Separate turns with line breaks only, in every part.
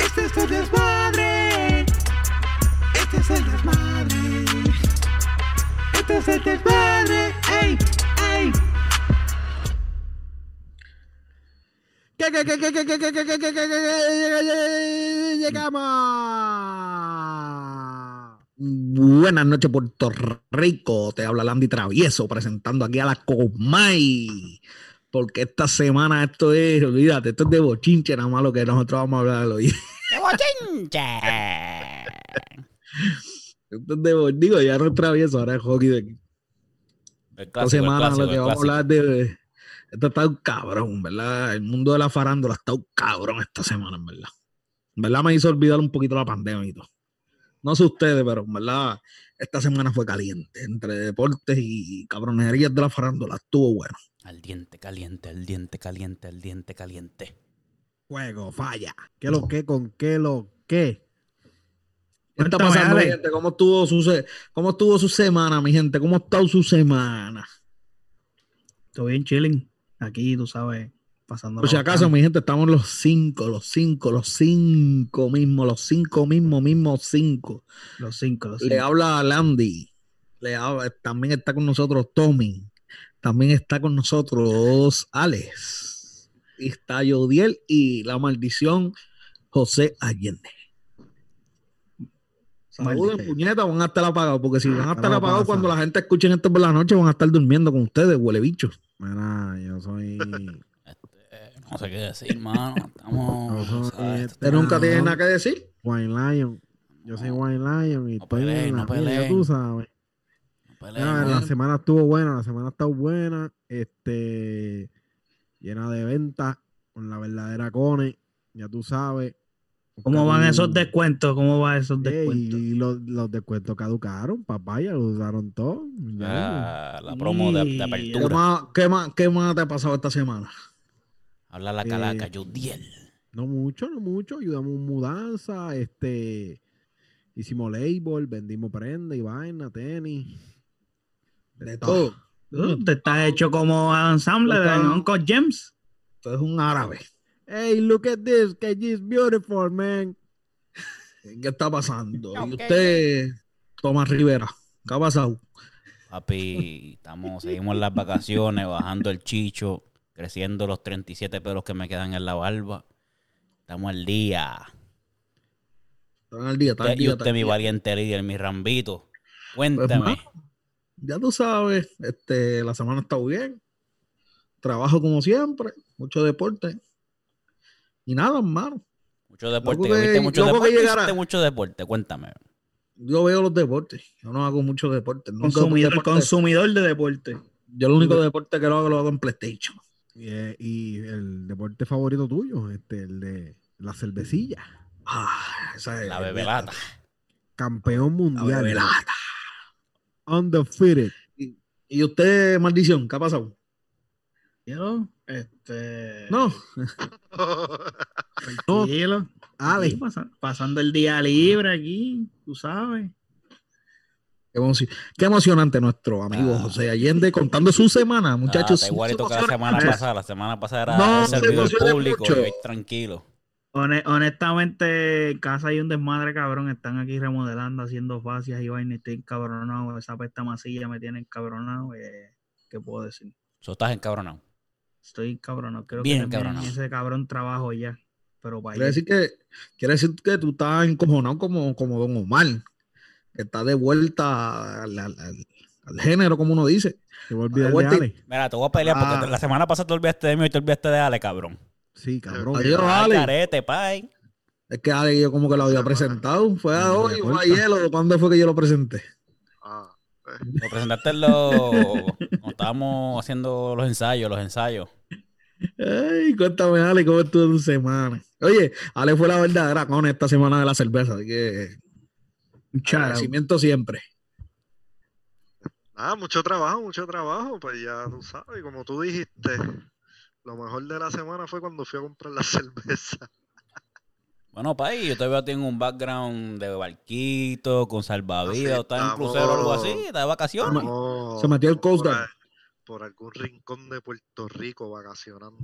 Este es el desmadre. Este es el desmadre. Este es el desmadre. ¡Ey! ¡Ey! ¿Qué, qué, qué, qué, qué, qué, qué, qué, qué, qué, qué, qué, qué, llegamos? Buenas noches, Puerto Rico. Te habla Landy Travieso presentando aquí a la Comay. Porque esta semana esto es, olvídate, esto es de bochinche, nada más lo que nosotros vamos a hablar hoy.
¡Bochinche!
Esto es de bo- digo, ya no es travieso, ahora es hockey de aquí.
El
Esta
clásico, el
semana
clásico,
lo que
el
vamos a
clásico.
hablar de. Esto está un cabrón, ¿verdad? El mundo de la farándula está un cabrón esta semana, en verdad. En verdad me hizo olvidar un poquito la pandemia y todo. No sé ustedes, pero en verdad, esta semana fue caliente. Entre deportes y cabronerías de la farándula, estuvo bueno.
Al diente caliente, al diente caliente, al diente caliente.
Juego, falla.
¿Qué lo que con qué lo que?
¿Qué está
Cuéntame,
pasando, mi
Ale.
gente? ¿Cómo estuvo, su se- ¿Cómo estuvo su semana, mi gente? ¿Cómo ha estado su semana?
Todo bien chilling. Aquí, tú sabes, pasando.
Por si acaso, mi gente, estamos los cinco, los cinco, los cinco mismos, los cinco mismos, mismos cinco.
Los cinco, los
Le
cinco.
habla a Landy. Le habla- también está con nosotros Tommy. También está con nosotros Alex. Y está Yodiel y la maldición José Allende. Saluden,
Maldita. Ah,
puñetas, van a estar apagados, porque si van a estar
Apagado,
apagados
apagado,
cuando la gente escuche esto por la noche, van a estar durmiendo con ustedes, huele bicho.
Mira, yo soy.
Este, no sé qué decir, mano. Estamos.
Ojo,
¿sabes?
eh,
Esto
Usted nunca
Ah,
tiene
no.
nada que decir.
White Lion. Yo soy
No.
White Lion y
No
estoy
peleen,
en la
no
mía, ya
peleen.
tú sabes.
no pelea,
Mira,
Ah,
la
¿no?
semana estuvo buena, la semana está buena. Este. Llena de ventas con la verdadera Cone. Ya tú sabes.
¿Cómo van
Caduc-
esos descuentos? ¿Cómo van esos
Ey,
descuentos?
y los, los descuentos caducaron, papá, ya los usaron todos. Ya.
Ah, la promo de, de
¿Qué
apertura.
más, qué, más, qué más te ha pasado esta semana?
Habla la
Eh,
calaca, yo diel.
No mucho, no mucho. Ayudamos en mudanza, este, hicimos label, vendimos prenda y vaina, tenis. de
De
todo.
todo.
Tú te estás hecho como Adam Sandler de
Estaba-
Uncle James.
Usted es un árabe.
Hey, look at this, que is beautiful, man.
¿Qué está pasando? Y usted, Tomás Rivera, ¿qué ha pasado?
Papi, estamos, seguimos las vacaciones, bajando el chicho, creciendo los 37 pelos que me quedan en la barba. Estamos al día.
Están al día, están al
y
día,
usted,
están
mi
al día.
valiente líder, mi rambito.
Pues,
Cuéntame.
Ya tú sabes, este, la semana ha estado bien. Trabajo como siempre, mucho deporte. Y nada, hermano.
Mucho deporte,
Loco que-
viste mucho
loco que
deporte,
llegara.
viste mucho deporte, cuéntame.
Yo veo los deportes. Yo no hago mucho deporte. Nunca hago
Consumidor,
deporte.
consumidor de deporte.
Yo el único deporte que lo hago lo hago en PlayStation.
Y, eh, y el deporte favorito tuyo, este, el de la cervecilla.
Ah, esa es
La bebelata.
La
Campeón mundial.
bebelata.
Undefeated.
Y usted, maldición, ¿qué ha pasado?
Yo, este.
No,
No,
Tranquilo.
Ale.
Aquí pasa- pasando el día libre aquí, tú sabes.
Qué, emoci- qué emocionante nuestro amigo
Ah.
José Allende contando su semana,
Ah,
muchachos.
está igualito
no se
que la
emocionen
semana
mucho.
pasada. La semana pasada era
No
el
se
servidor
emocionen
público.
mucho.
y hoy tranquilo.
Hone- honestamente, en casa hay un desmadre, cabrón. Están aquí remodelando, haciendo fascias y vaina. y Estoy encabronado. Esa pesta masilla me tiene encabronado. eh, ¿Qué puedo decir?
Eso estás encabronado.
Estoy cabronado. Creo
Bien
que terminen
encabronado.
ese cabrón trabajo ya. Pero para
Quiere decir que, quiere decir que tú estás encojonado como, como Don Omar, que está de vuelta al, al- al- al género, como uno dice.
Te voy a olvidar de
Aguante.
Ale.
Mira, te voy a pelear
Ah.
porque te- la semana pasada te olvidaste de mí y te olvidaste de Ale, cabrón.
Sí, cabrón.
Adiós,
Ay,
Ale.
carete, pay.
Es que Ale, yo como que lo había presentado. Fue a
No,
hoy,
de
fue
vuelta.
ayer, o cuándo fue que yo lo presenté.
Ah,
Lo presentaste en los... cuando estábamos haciendo los ensayos, los ensayos.
Ay, cuéntame, Ale, cómo estuvo tu semana. Oye, Ale fue la verdadera con esta semana de la cerveza, así que agradecimiento siempre.
nada, Ah, mucho trabajo, mucho trabajo, pues ya tú sabes, como tú dijiste, lo mejor de la semana fue cuando fui a comprar la cerveza.
Bueno, pay, yo te veo a ti en un background de barquito, con salvavidas,
Así
o estás en un
estamos.
crucero o algo así, estás de vacaciones.
Estamos
se metió el Coast
Oh, por,
Guard.
a- por algún rincón de Puerto Rico vacacionando.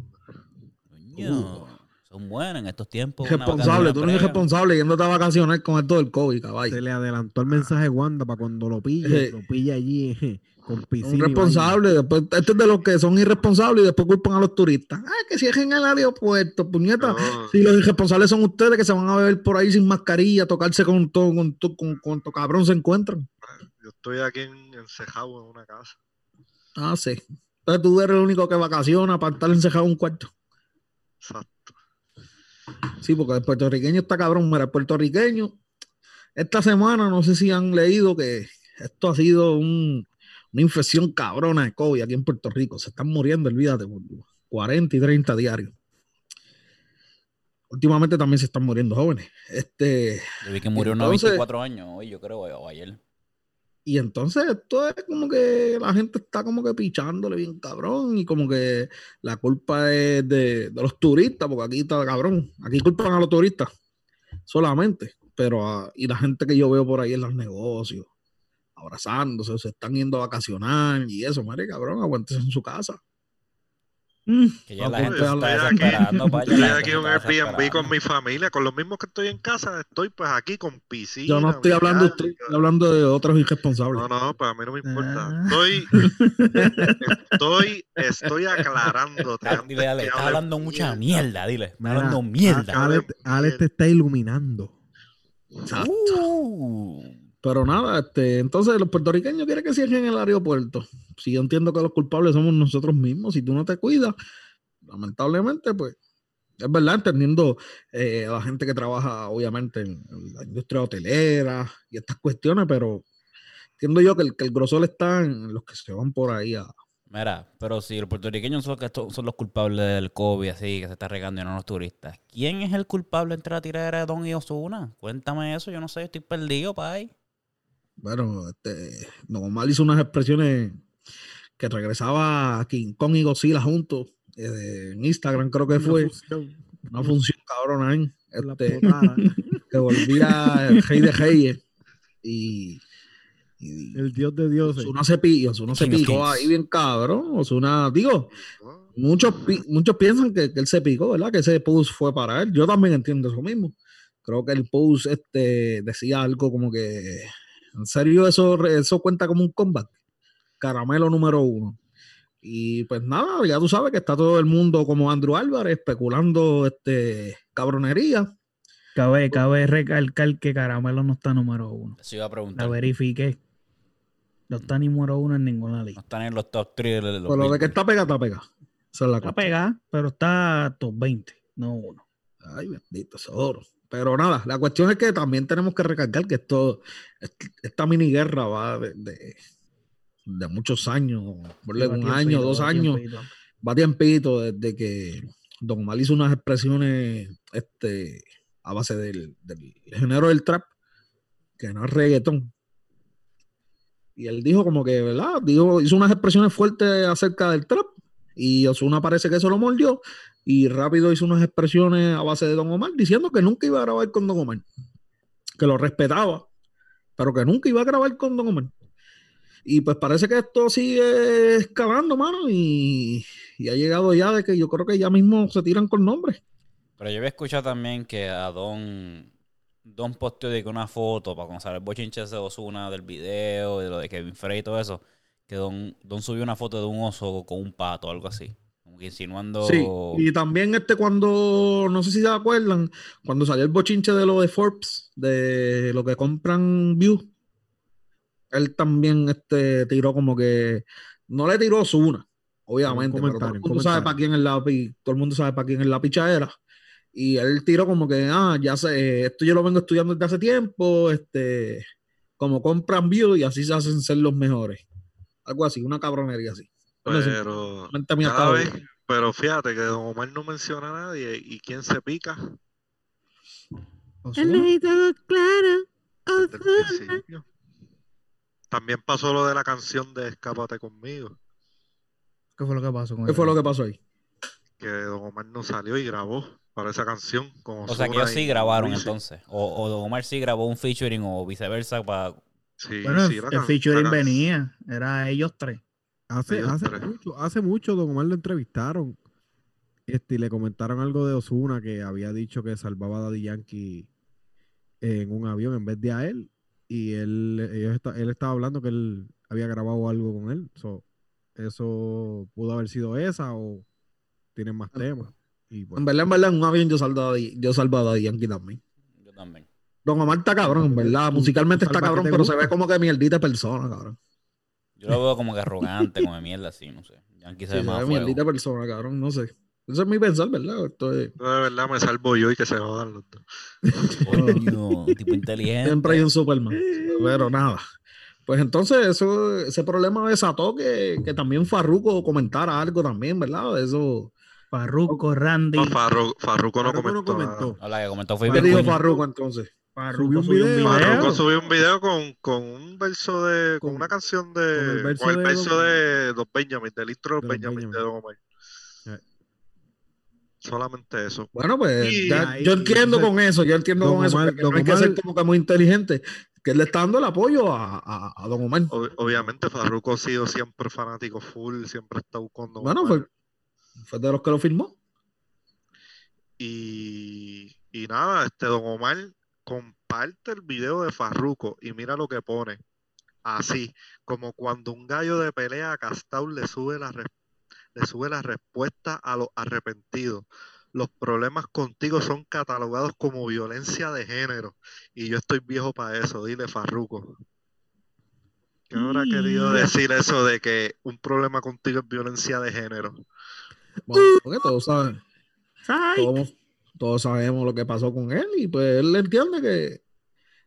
Coño, eso es un buena en estos tiempos. una
Responsable,
vacuna
tú no eres
brega.
responsable yéndote a vacacionar con esto del COVID,
Se
caballo.
le adelantó el mensaje a Wanda para cuando lo pille,
Eh,
lo pille allí eh, con piscina.
Un
y
responsable, después, este es de los que son irresponsables y después culpan a los turistas. Ah, que cierren el aeropuerto, puñeta.
No,
Si los irresponsables son ustedes que se van a beber por ahí sin mascarilla, tocarse con todo, con todo, con cuanto cabrón se encuentran.
yo estoy aquí en, encejado en una casa.
Ah, sí. Entonces tú eres el único que vacaciona para estar encejado en un cuarto.
Exacto.
Sí, porque el puertorriqueño está cabrón. Mira, el puertorriqueño, esta semana, no sé si han leído que esto ha sido un- una infección cabrona de COVID aquí en Puerto Rico. Se están muriendo, olvídate, por 40 y 30 diarios. Últimamente también se están muriendo jóvenes. Este,
Yo vi que murió unos
Entonces-
24 años hoy, yo creo, o ayer.
y entonces esto es como que la gente está como que pichándole bien cabrón y como que la culpa es de, de los turistas, porque aquí está cabrón, aquí culpan a los turistas solamente, pero a- y la gente que yo veo por ahí en los negocios, abrazándose, se están yendo a vacacionar y eso, madre cabrón, aguántese en su casa.
Que ya
Ah,
la
pues,
gente
yo
se está
estoy aquí-
desesperando. pa, ya
Estoy
la gente
aquí
se
en un
está
Airbnb con
desesperando.
mi familia, con los mismos que estoy en casa, estoy pues aquí con piscina.
Yo no estoy hablando de
billar,
usted, estoy hablando de otros irresponsables.
No, no, pues a mí no me importa.
Ah.
Estoy, estoy, estoy aclarándote.
Ah,
antes
Dile, dale,
que
está
hables
hablando mucha mierda, dile. Está
Mira,
hablando
A-
mierda.
Alex, Alex te está iluminando.
Exacto.
Uh.
Pero nada, este, entonces los puertorriqueños quieren que cierren el aeropuerto. Si yo entiendo que los culpables somos nosotros mismos, si tú no te cuidas, lamentablemente, pues, es verdad, entendiendo eh, a la gente que trabaja, obviamente, en, en la industria hotelera y estas cuestiones, pero entiendo yo que el, que el grosor está en los que se van por ahí a...
Mira, pero si los puertorriqueños son los, que to- son los culpables del COVID, así que se está regando y no los turistas, ¿quién es el culpable entre la tiradera de Don y Osuna? Cuéntame eso, yo no sé, estoy perdido, pay.
Bueno, este, Normal hizo unas expresiones que regresaba a King Kong y Godzilla juntos eh, en Instagram, creo que fue. una función cabrona ¿eh?
La
este,
potada,
que volvía el rey de reyes y, y
el dios de dioses.
Osuna se pilló, Osuna se
King of
picó
Kings.
ahí bien cabrón, Osuna, digo,
conmigo.
muchos, pi- muchos piensan que, que él se picó, ¿verdad? Que ese post fue para él, yo también entiendo eso mismo, creo que el post este, decía algo como que, en serio, eso, re- eso cuenta como un combat, caramelo número uno. Y pues nada, ya tú sabes que está todo el mundo como Andrew Álvarez especulando este cabronería.
Cabe, cabe recalcar que Caramelo no está número uno.
Eso iba a
La
preguntar.
verifiqué. No está número uno en ninguna
No
lista.
están en los top 3 de los
Pero lo de que
Billboard.
está pegada, está pegada. Esa es la
Está
cosa.
pegada, pero está top 20, no uno.
Ay, bendito, eso es oro. Pero nada, la cuestión es que también tenemos que recalcar que esto, est- esta mini guerra va de, de, de muchos años, ponle
Lleva
un
tiempito,
año, dos
lleva
años,
tiempito.
va tiempito desde que Don Mal hizo unas expresiones este, a base del, del género del trap, que no es reggaetón. Y él dijo como que, ¿verdad? Dijo, hizo unas expresiones fuertes acerca del trap. Y Osuna parece que eso lo mordió. Y rápido hizo unas expresiones a base de Don Omar diciendo que nunca iba a grabar con Don Omar. Que lo respetaba, pero que nunca iba a grabar con Don Omar. Y pues parece que esto sigue excavando, mano. Y, y ha llegado ya de que yo creo que ya mismo se tiran con nombres.
Pero yo había escuchado también que a Don Don posteó de que una foto para conocer el bochinche de Osuna del video, de lo de Kevin Frey y todo eso, que Don, Don subió una foto de un oso con un pato o algo así. Como que insinuando.
Sí. Y también este cuando, no sé si se acuerdan, cuando salió el bochinche de lo de Forbes, de lo que compran View, él también este, tiró como que, no le tiró una, obviamente,
Un
pero todo
comentario,
el
un
mundo sabe
comentario.
para quién es la, pi- todo el mundo sabe para quién es la pichadera. Y él tiró como que, ah, ya sé, esto yo lo vengo estudiando desde hace tiempo, este, como compran View y así se hacen ser los mejores. Algo así, una cabronería así. Bueno,
Pues,
sí,
Pero,
mente mía
cada
estaba
vez,
bien.
pero fíjate que Don Omar no menciona a nadie y quién se pica
Ozuna.
desde el principio. También pasó lo de la canción de Escápate conmigo,
¿Qué fue lo que pasó con
¿Qué
él?
fue lo que pasó ahí?
que Don Omar no salió y grabó para esa canción. Con
O sea que
Ozuna
ellos sí
y
grabaron
Wisin.
entonces. O, o Don Omar sí grabó un featuring o viceversa para
Sí,
Bueno,
sí,
el,
la
el
can- la
featuring
can-
venía, era ellos tres.
Hace,
Ellos
hace
tres.
mucho, hace mucho Don Omar lo entrevistaron. Este, y le comentaron algo de Osuna que había dicho que salvaba a Daddy Yankee en un avión en vez de a él. Y él, ellos esta- él estaba hablando que él había grabado algo con él. So, eso pudo haber sido esa o tienen más temas. Y pues,
En verdad, en verdad, en un avión yo salvo a Daddy- yo salvo a Daddy Yankee también.
Yo también.
Don Omar está cabrón, en verdad. Musicalmente está
Salva que
cabrón,
te
pero se
gusta.
ve como que mierdita de persona, cabrón.
Yo lo veo como que arrogante, como de mierda así, no sé. Yankee se
Sí,
ve
se
más
ve
a
mierdita
fuego.
de persona, cabrón. No sé. Eso es mi pensar, ¿verdad? Esto es-
No, de verdad me salvo yo y que se jodan los dos.
Coño, tipo inteligente.
Siempre hay un Superman. Pero nada. Pues entonces eso, ese problema desató que, que también Farruko comentara algo también, ¿verdad? De Eso.
Parruco, Randy,
No, Farru- Farruko no
Farruko
comentó.
no comentó.
No, la que comentó fue
¿Qué
Farruko.
dijo
Bitcoin.
Farruko entonces?
Farruko
subió un
subió un
video.
video.
nada. Farruko
Claro.
subió un video con, con un verso de. con,
Con-
una canción
con el
de.
verso
con el
de
verso
Don-
de Don Benjamin, del intro de
de
Don
Don
Benjamin de Don Omar.
Eh.
Solamente eso.
Bueno, pues
Sí,
ya-
ahí-
yo entiendo
entonces,
con eso, yo entiendo
Don
con eso.
Omar-
que no
Don
hay que ser
Omar-
como que muy inteligente, que él le está dando el apoyo a, a- a Don Omar.
Ob- obviamente, Farruko ha sido siempre fanático full, siempre está buscando.
Bueno, fue, fue de los que lo firmó.
Y, y nada, este Don Omar comparte el video de Farruco y mira lo que pone. Así, como cuando un gallo de pelea a Castau le sube la, re- le sube la respuesta a los arrepentidos. Los problemas contigo son catalogados como violencia de género. Y yo estoy viejo para eso, dile Farruco. ¿Qué habrá
Y-
querido decir eso de que un problema contigo es violencia de género?
Bueno, porque todos saben.
Ay,
todos, todos sabemos lo que pasó con él y pues él entiende que,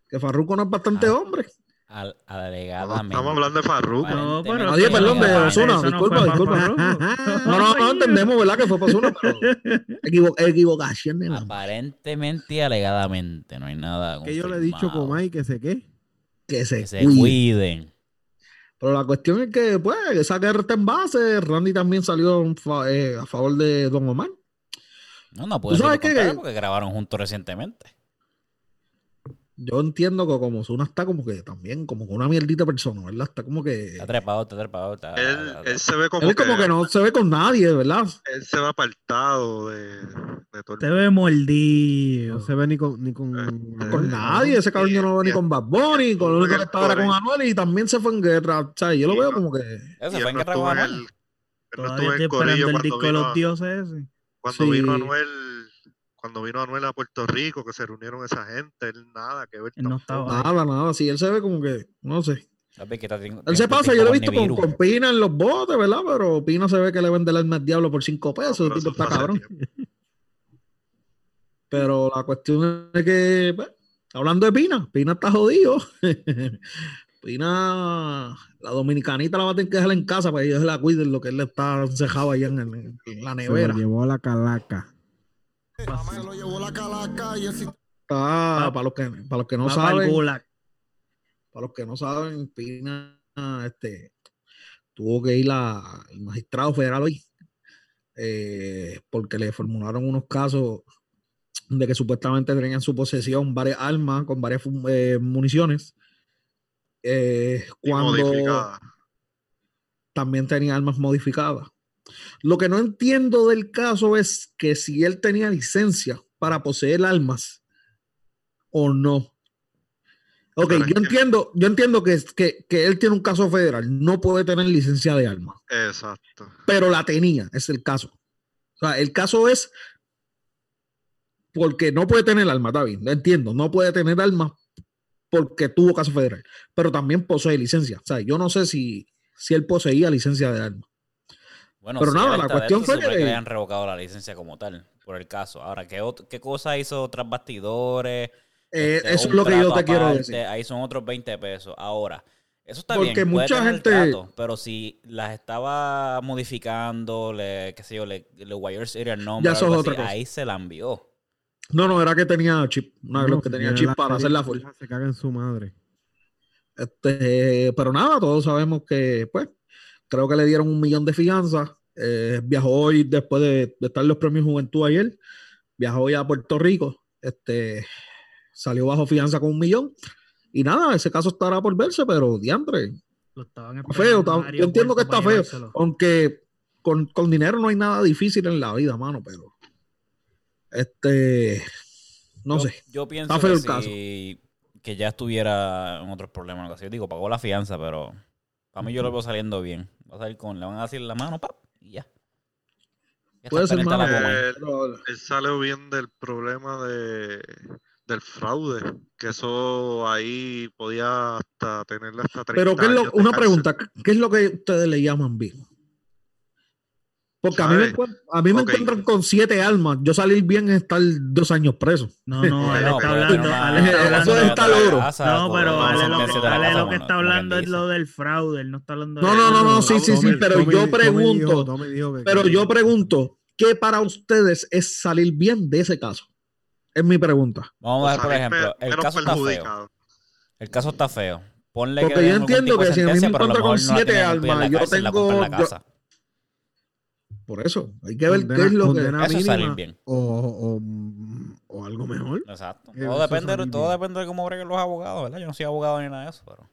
que Farruko no es bastante
Ah.
hombre.
Al,
No,
alegadamente.
estamos hablando de Farruko.
No, pero.
Oye, perdón, de
Eso
Ozuna,
no
disculpa,
fue pa'
disculpa.
Farruko.
No, no, no entendemos, ¿verdad? Que fue Osuna, pero equivo- equivocación
Ah,
de la-
Aparentemente y alegadamente. No hay nada.
que yo le he dicho
confirmado.
Comay que sé qué.
que se,
Que se
cuide.
cuiden.
Pero la cuestión es que, pues, esa guerra está en base. Randy también salió en fa- eh, a favor de Don Omar.
No, no puedo
¿Tú sabes
decir lo
qué?
contrario porque grabaron juntos recientemente.
Yo entiendo que como Osuna está como que también, como que una mierdita persona, ¿verdad? Está como que...
Está trepado, está trepado. Está,
Él, él se ve como
Él como que no se ve con nadie, ¿verdad?
él se va apartado de, de todo el
Te ve
No
mordido.
se ve ni con, ni con,
Este,
con
Eh,
nadie, ese cabrón yo no veo ni
eh,
con Bad Bunny, con lo único que estaba era con
eh,
Anuel y también se fue en guerra. O sea, yo lo
Sí,
veo
no.
como que.
Él se fue
Y él
en
no
guerra
estuvo
con
en
Anuel.
el- él no
Todavía
estuvo en
estoy
el corillo
esperando el
cuando
disco de
vino,
los
a-
dioses ese.
cuando
Sí.
vino Anuel, cuando vino Anuel a Puerto Rico, que se reunieron esa gente, él nada que ver.
Él no
tampoco.
estaba ahí.
Nada, nada. Sí, él se ve como que. No sé.
Papi, que está- tiene-
Él
tiene
se
un
pasa,
tipo
yo lo he
con
visto con,
Nibiru.
con Pina en los botes, ¿verdad? Pero Pina se ve que le vende el alma al diablo por cinco
No,
pesos.
pero
el tipo
eso
está
fue hace
cabrón.
tiempo.
Pero la cuestión es que, pues, hablando de Pina, Pina está jodido. Pina, la dominicanita la va a tener que dejar en casa para que ellos la cuiden lo que él está encejado allá en, el- en la
Se lo
nevera.
llevó a la calaca.
Se lo llevó la calaca y ese
Está, Ah, para los que, para los que no
Va pa'l
saben,
Gulag.
para los que no saben, Pina este, tuvo que ir a- al magistrado federal hoy eh, porque le formularon unos casos de que supuestamente tenían en su posesión varias armas con varias fu- eh, municiones. eh,
Y
cuando
modificada.
también tenía armas modificadas. Lo que no entiendo del caso es que si él tenía licencia para poseer armas o no. Ok,
Pero es
yo
que-
entiendo, yo entiendo que, que, que él tiene un caso federal, no puede tener licencia de armas,
Exacto.
pero la tenía, es el caso. O sea, el caso es porque no puede tener armas, está bien, lo entiendo, no puede tener armas porque tuvo caso federal, pero también posee licencia. O sea, yo no sé si, si él poseía licencia de armas.
Bueno,
Pero
sí,
nada, la
ahorita de
cuestión
esto se
fue
supone
que-
le hayan revocado la licencia como tal por el caso. Ahora, ¿qué, ot- qué cosa hizo tras bastidores?
Eh,
Este,
eso es
un
lo que yo
trato
te quiero
aparte,
decir.
Ahí son otros 20 pesos. Ahora, eso está
Porque
bien. puede
mucha
tener
gente-
trato, pero si las estaba modificando, le, qué sé yo, le, le wire serial number,
eso
algo
es
así,
otra cosa.
ahí se la envió.
No, no, era que tenía chip, una de
No,
los que
si
tenía
tiene
chip
la
para hacer la full.
carita, Se caga en su madre.
Este, pero nada, todos sabemos que, pues, creo que le dieron un millón de fianza. Eh, viajó hoy después de, de estar en los premios Juventud ayer. Viajó hoy a Puerto Rico. Este, salió bajo fianza con un millón. Y nada, ese caso estará por verse, pero diantre.
Lo estaban
Feo,
esperando en
está-
el
yo entiendo que
aeropuerto
está
para
feo.
llevárselo.
Aunque con, con dinero no hay nada difícil en la vida, mano, pero. Este. No
yo,
sé.
Yo pienso
Está feo
que,
el caso.
si- que ya estuviera en otros problemas. algo así. Digo, pagó la fianza, pero para mí yo lo veo saliendo bien. Va a salir con, le van a decir la mano, pap, y ya. Ya
Puede
está
ser
pendiente a la
malo.
Comay.
Eh,
Pero-
Él salió bien del problema de, del fraude, que eso ahí podía hasta tenerle hasta 30
Pero, ¿qué es lo-
años de
una
cárcel.
pregunta, ¿qué es lo que ustedes le llaman bien? Porque a mí, me,
¿Sabes?
encuent- a mí me
Ok.
encuentran con siete almas. Yo salir bien es estar dos años preso.
No, no, él
No,
está
pero él
hablando.
tiene una-
él está
Eso
hablando-
es tal oro.
No, pero
no,
Ale
no,
lo,
no,
que- Ale
no,
lo que está hablando es lo del fraude, él no está hablando
No,
de-
no, no, no, sí, sí, sí,
Tommy-
pero
Tommy-
yo
Tommy
pregunto,
dijo- Tommy dijo que-
Pero
que-
yo pregunto, ¿qué para ustedes es salir bien de ese caso? Es mi pregunta.
Vamos a ver,
O sea,
por
es
ejemplo,
pe-
el
menos
caso está feo.
perjudicado.
El caso está feo. Ponle que
Porque yo
le den algún
entiendo
tipo de
que si a mí me
sentencia, pero a lo
encuentro con
mejor no la
siete
tienen cumplida en la
almas, yo
cárcel, la compra en la
tengo- yo-
casa.
Por eso, hay que ver
Condena-
qué es lo que...
condena
Eso es salir
mínima
bien.
O, o- o algo mejor.
Exacto.
Eh,
Todo
eso
depende,
salir
todo
bien.
depende de cómo breguen los abogados, ¿verdad? Yo no soy abogado ni nada de eso, pero.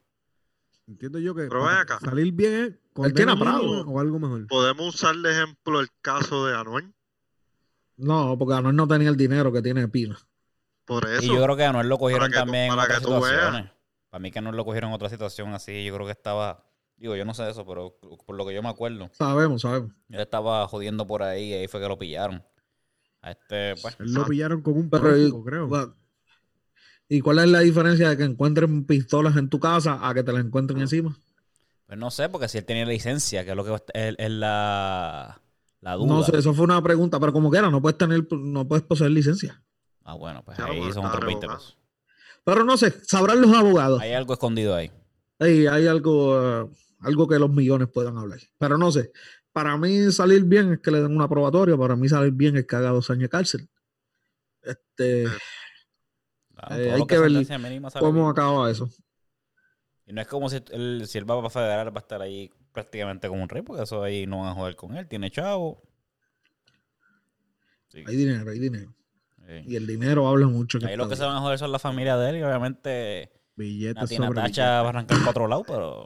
Entiendo yo que
Pero
para
ven acá. Pues,
salir bien es
tiene
condena
a Bravo.
mínima o algo mejor.
Podemos usar de ejemplo el caso de Anuel,
No, porque Anuel no tenía el dinero que tiene Pina.
por
Y yo
eso.
creo que a Anuel lo cogieron
que tú-
también en
para que
otras
tú veas.
situaciones. Para mí que a Anuel lo cogieron en otra situación así. Yo creo que estaba... Digo, yo no sé eso, pero por lo que yo me acuerdo.
Sabemos, sabemos.
Él estaba jodiendo por ahí y ahí fue que lo pillaron. A este, pues...
Él lo pillaron con un
Pero-
prófugo, creo.
Bueno, ¿Y cuál es la diferencia de que encuentren pistolas en tu casa a que te las
Ah,
encuentren encima?
pues no sé, porque si él tenía licencia, que es lo que es, es la, la duda.
No sé, eso fue una pregunta, pero como quiera, no puedes tener, no puedes poseer licencia.
Ah, bueno, pues
Ya,
ahí
bueno,
son
está
otros 20
revocado.
pesos.
Pero no sé, sabrán los abogados.
Hay algo escondido ahí.
Ey, hay algo, eh, algo que los millones puedan hablar. Pero no sé, para mí salir bien es que le den una probatoria, para mí salir bien es que haga dos años de cárcel. Este,
Claro,
Eh,
todo
hay
lo
que
es
ver
sentencia mínima sale
¿Cómo
Ah, bien.
acaba eso?
Y no es como si el, si el Papa Federal va a estar ahí prácticamente como un rey, porque eso ahí no van a joder con él. Tiene chavo. Sí,
Hay dinero, hay dinero.
sí.
Y el dinero habla mucho. en
Ahí
esta
lo que se
vida.
van a joder son la familia de él y obviamente
billetes
Nati
sobre
Natacha va a arrancar para otro lado, pero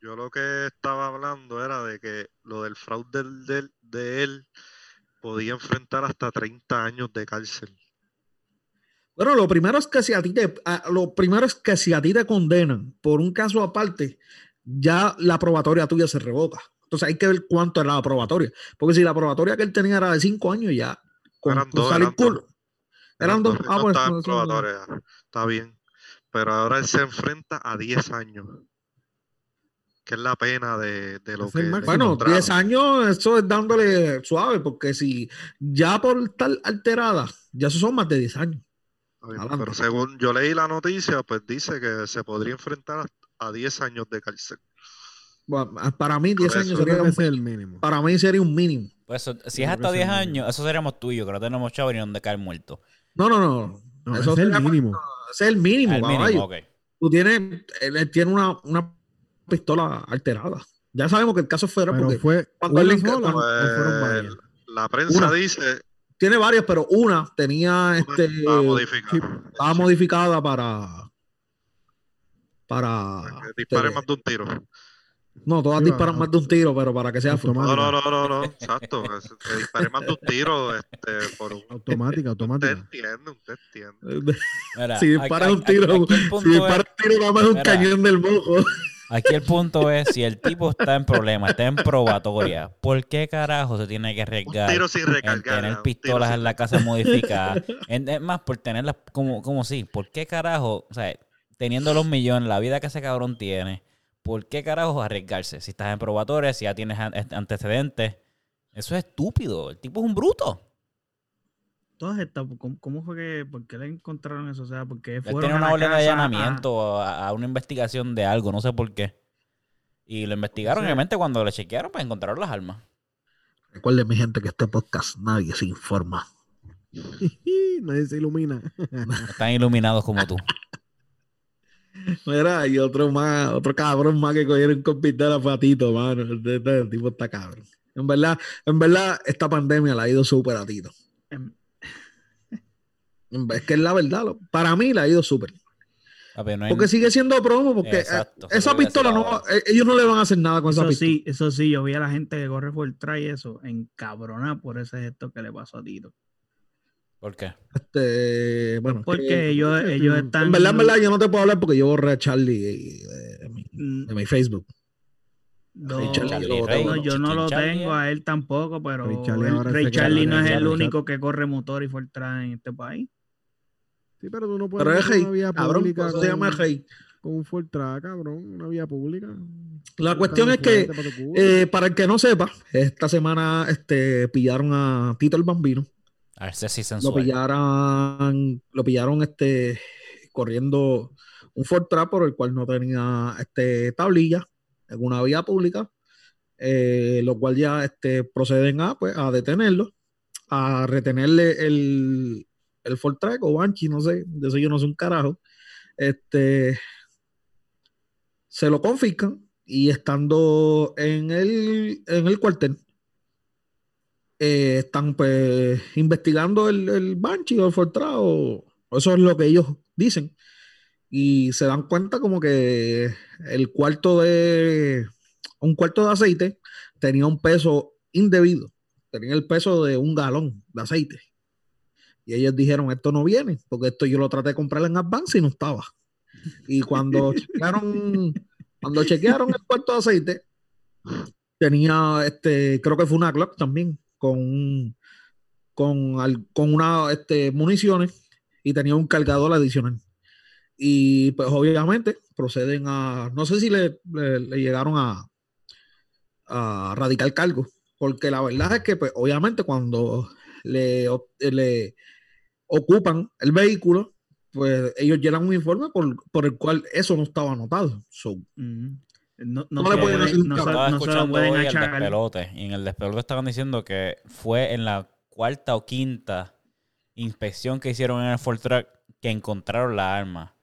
Yo lo que estaba hablando era de que lo del fraude del- del- de él podía enfrentar hasta 30 años de cárcel.
Bueno, lo primero es que si a ti te, a- lo primero es que si a ti te condenan por un caso aparte, ya la probatoria tuya se revoca. Entonces hay que ver cuánto era la probatoria. Porque si la probatoria que él tenía era de cinco años, ya con,
Eran
con
dos,
salir
eran dos.
culo. Eran dos.
Entonces
Ah,
no
pues,
estaba en
no, eso no-
probatoria, Está bien. Pero ahora él se enfrenta a 10 años. Que es la pena de, de lo
Es
que.
el
le
máximo.
Bueno,
encontraron.
10 años, eso es dándole suave, porque si ya por estar alterada, ya eso son más de 10 años.
Está bien,
Adelante.
Pero según yo leí la noticia, pues dice que se podría enfrentar a a 10 años de cárcel.
Bueno, ah, Para mí, 10
Por
años
eso
Yo
sería un, Ah,
creo que ese es el mínimo.
para mí sería un mínimo.
pues, eso- si
Yo
es
creo
hasta
que
10
eso es
años, eso seríamos tú y yo, que no tenemos chavo ni donde caer muerto.
No, no, no.
No,
eso
ese es
sería-
el mínimo.
Ese es el mínimo,
Al
caballo.
mínimo, ok.
Tú tienes, él, él tiene una, una pistola alterada. Ya sabemos que el caso es federal
Pero
porque
fue
cuando
una
él enca-
sola
cuando-
o fueron
Pues,
varias.
la prensa
Una.
dice
tiene varias, pero una tenía
que
este
estaba modificada.
sí,
estaba modificada para para
Que dispare
este,
más de un tiro. No,
no, todas
Sí,
disparan
va,
más de un tiro, pero para que sea full.
automático.
no, no, no, no, exacto. que- Que dispare más de un tiro este, por un.
Automática,
Usted
automática.
entiende, usted entiende.
Mira,
Si
aquí-
disparas un
aquí-
tiro,
aquí el
si
punto es-
dispara un tiro nada más es un
Espera.
cañón del mojo.
Aquí el punto es, si el tipo está en problema, está en probatoria, ¿por qué carajo se tiene que
Un
arriesgar
tiro sin
en
recargar.
tener
un tiro
pistolas
sin-
en la casa modificada? En- es más, por tenerlas como, como sí, ¿por qué carajo, o sea, teniendo los millones, la vida que ese cabrón tiene, ¿por qué carajo arriesgarse? Si estás en probatoria, si ya tienes an- antecedentes, eso es estúpido, el tipo es un bruto.
Todas estas, ¿cómo, cómo fue que, por qué le encontraron eso? O sea, porque
Él
fueron
tenía
a
una
la
orden de
casa ah. a-
allanamiento a, a una investigación de algo, no sé por qué. Y lo investigaron,
Sí.
obviamente cuando lo chequearon, pues encontraron las armas.
Recuerden, mi gente, que este podcast nadie se informa.
Nadie se ilumina.
Están iluminados como tú.
Mira, y otro más, otro cabrón más que cogieron con pistola fue a Tito, mano. Este, este tipo está cabrón. En verdad, en verdad, esta pandemia la ha ido súper a Tito.
Em.
En ver- Es que es la verdad, lo- para mí la ha ido súper.
Papi, no hay-
Porque sigue siendo promo, porque eh,
Exacto,
esa
eso te iba a
pistola
decir
no
ahora.
eh, ellos no le van a hacer nada con esa
Eso
pistola.
sí, eso sí, yo vi a la gente que corre full try y eso, encabronada por ese gesto que le pasó a Tito.
¿Por qué?
Este, bueno,
Porque
que-
ellos, ellos
en
están.
en verdad, en verdad, yo no te puedo hablar porque yo borré a Charlie de, de mi,
Mm,
de mi Facebook.
no,
Ray Charlie,
no,
yo lo boté,
no, yo no lo
Chiquín Charlie,
tengo a él tampoco, pero
Ray Charlie
él-
ahora
Ray
se queda
Charlie no
en
es
el
el
chat.
único que corre motor y full try en este país.
Sí, pero tú no puedes
Pero es
meter
hate,
una vía
cabrón, por
pública
eso
con,
se llama hate.
con un Fortra, cabrón, una vía pública.
La cuestión es que, eh, para el que no sepa, esta semana este, pillaron a Tito el Bambino.
A ver si así
Lo
sensual.
pillaron, lo pillaron este, corriendo un Fortra por el cual no tenía este, tablilla en una vía pública, eh, lo cual ya este, proceden a, pues, a detenerlo, a retenerle el, el Fortrack o Banshee, no sé, de eso yo no sé un carajo. Este, se lo confiscan y estando en el, en el cuartel, eh, están pues investigando el, el Banshee o el Fortra, o- o eso es lo que ellos dicen. Y se dan cuenta como que el cuarto de un cuarto de aceite tenía un peso indebido, tenía el peso de un galón de aceite. Y ellos dijeron, esto no viene, porque esto yo lo traté de comprar en Advance y no estaba. Y cuando chequearon, cuando chequearon el cuarto de aceite, tenía este, creo que fue una Glock también, con, un- con, al- con una este, municiones y tenía un cargador adicional. Y pues obviamente proceden a, no sé si le, le- le llegaron a, a radical cargo, porque la verdad es que pues obviamente cuando le, o- le ocupan el vehículo, pues ellos llenan un informe por, por el cual eso no estaba anotado. So,
Ujú. No, no
No
se
le pueden hacer un
no se-
carajo.
Estaba
no se lo
escuchando
pueden
hoy el
achacar.
despelote. Y en el despelote estaban diciendo que fue en la cuarta o quinta inspección que hicieron en el Fortrack que encontraron la arma.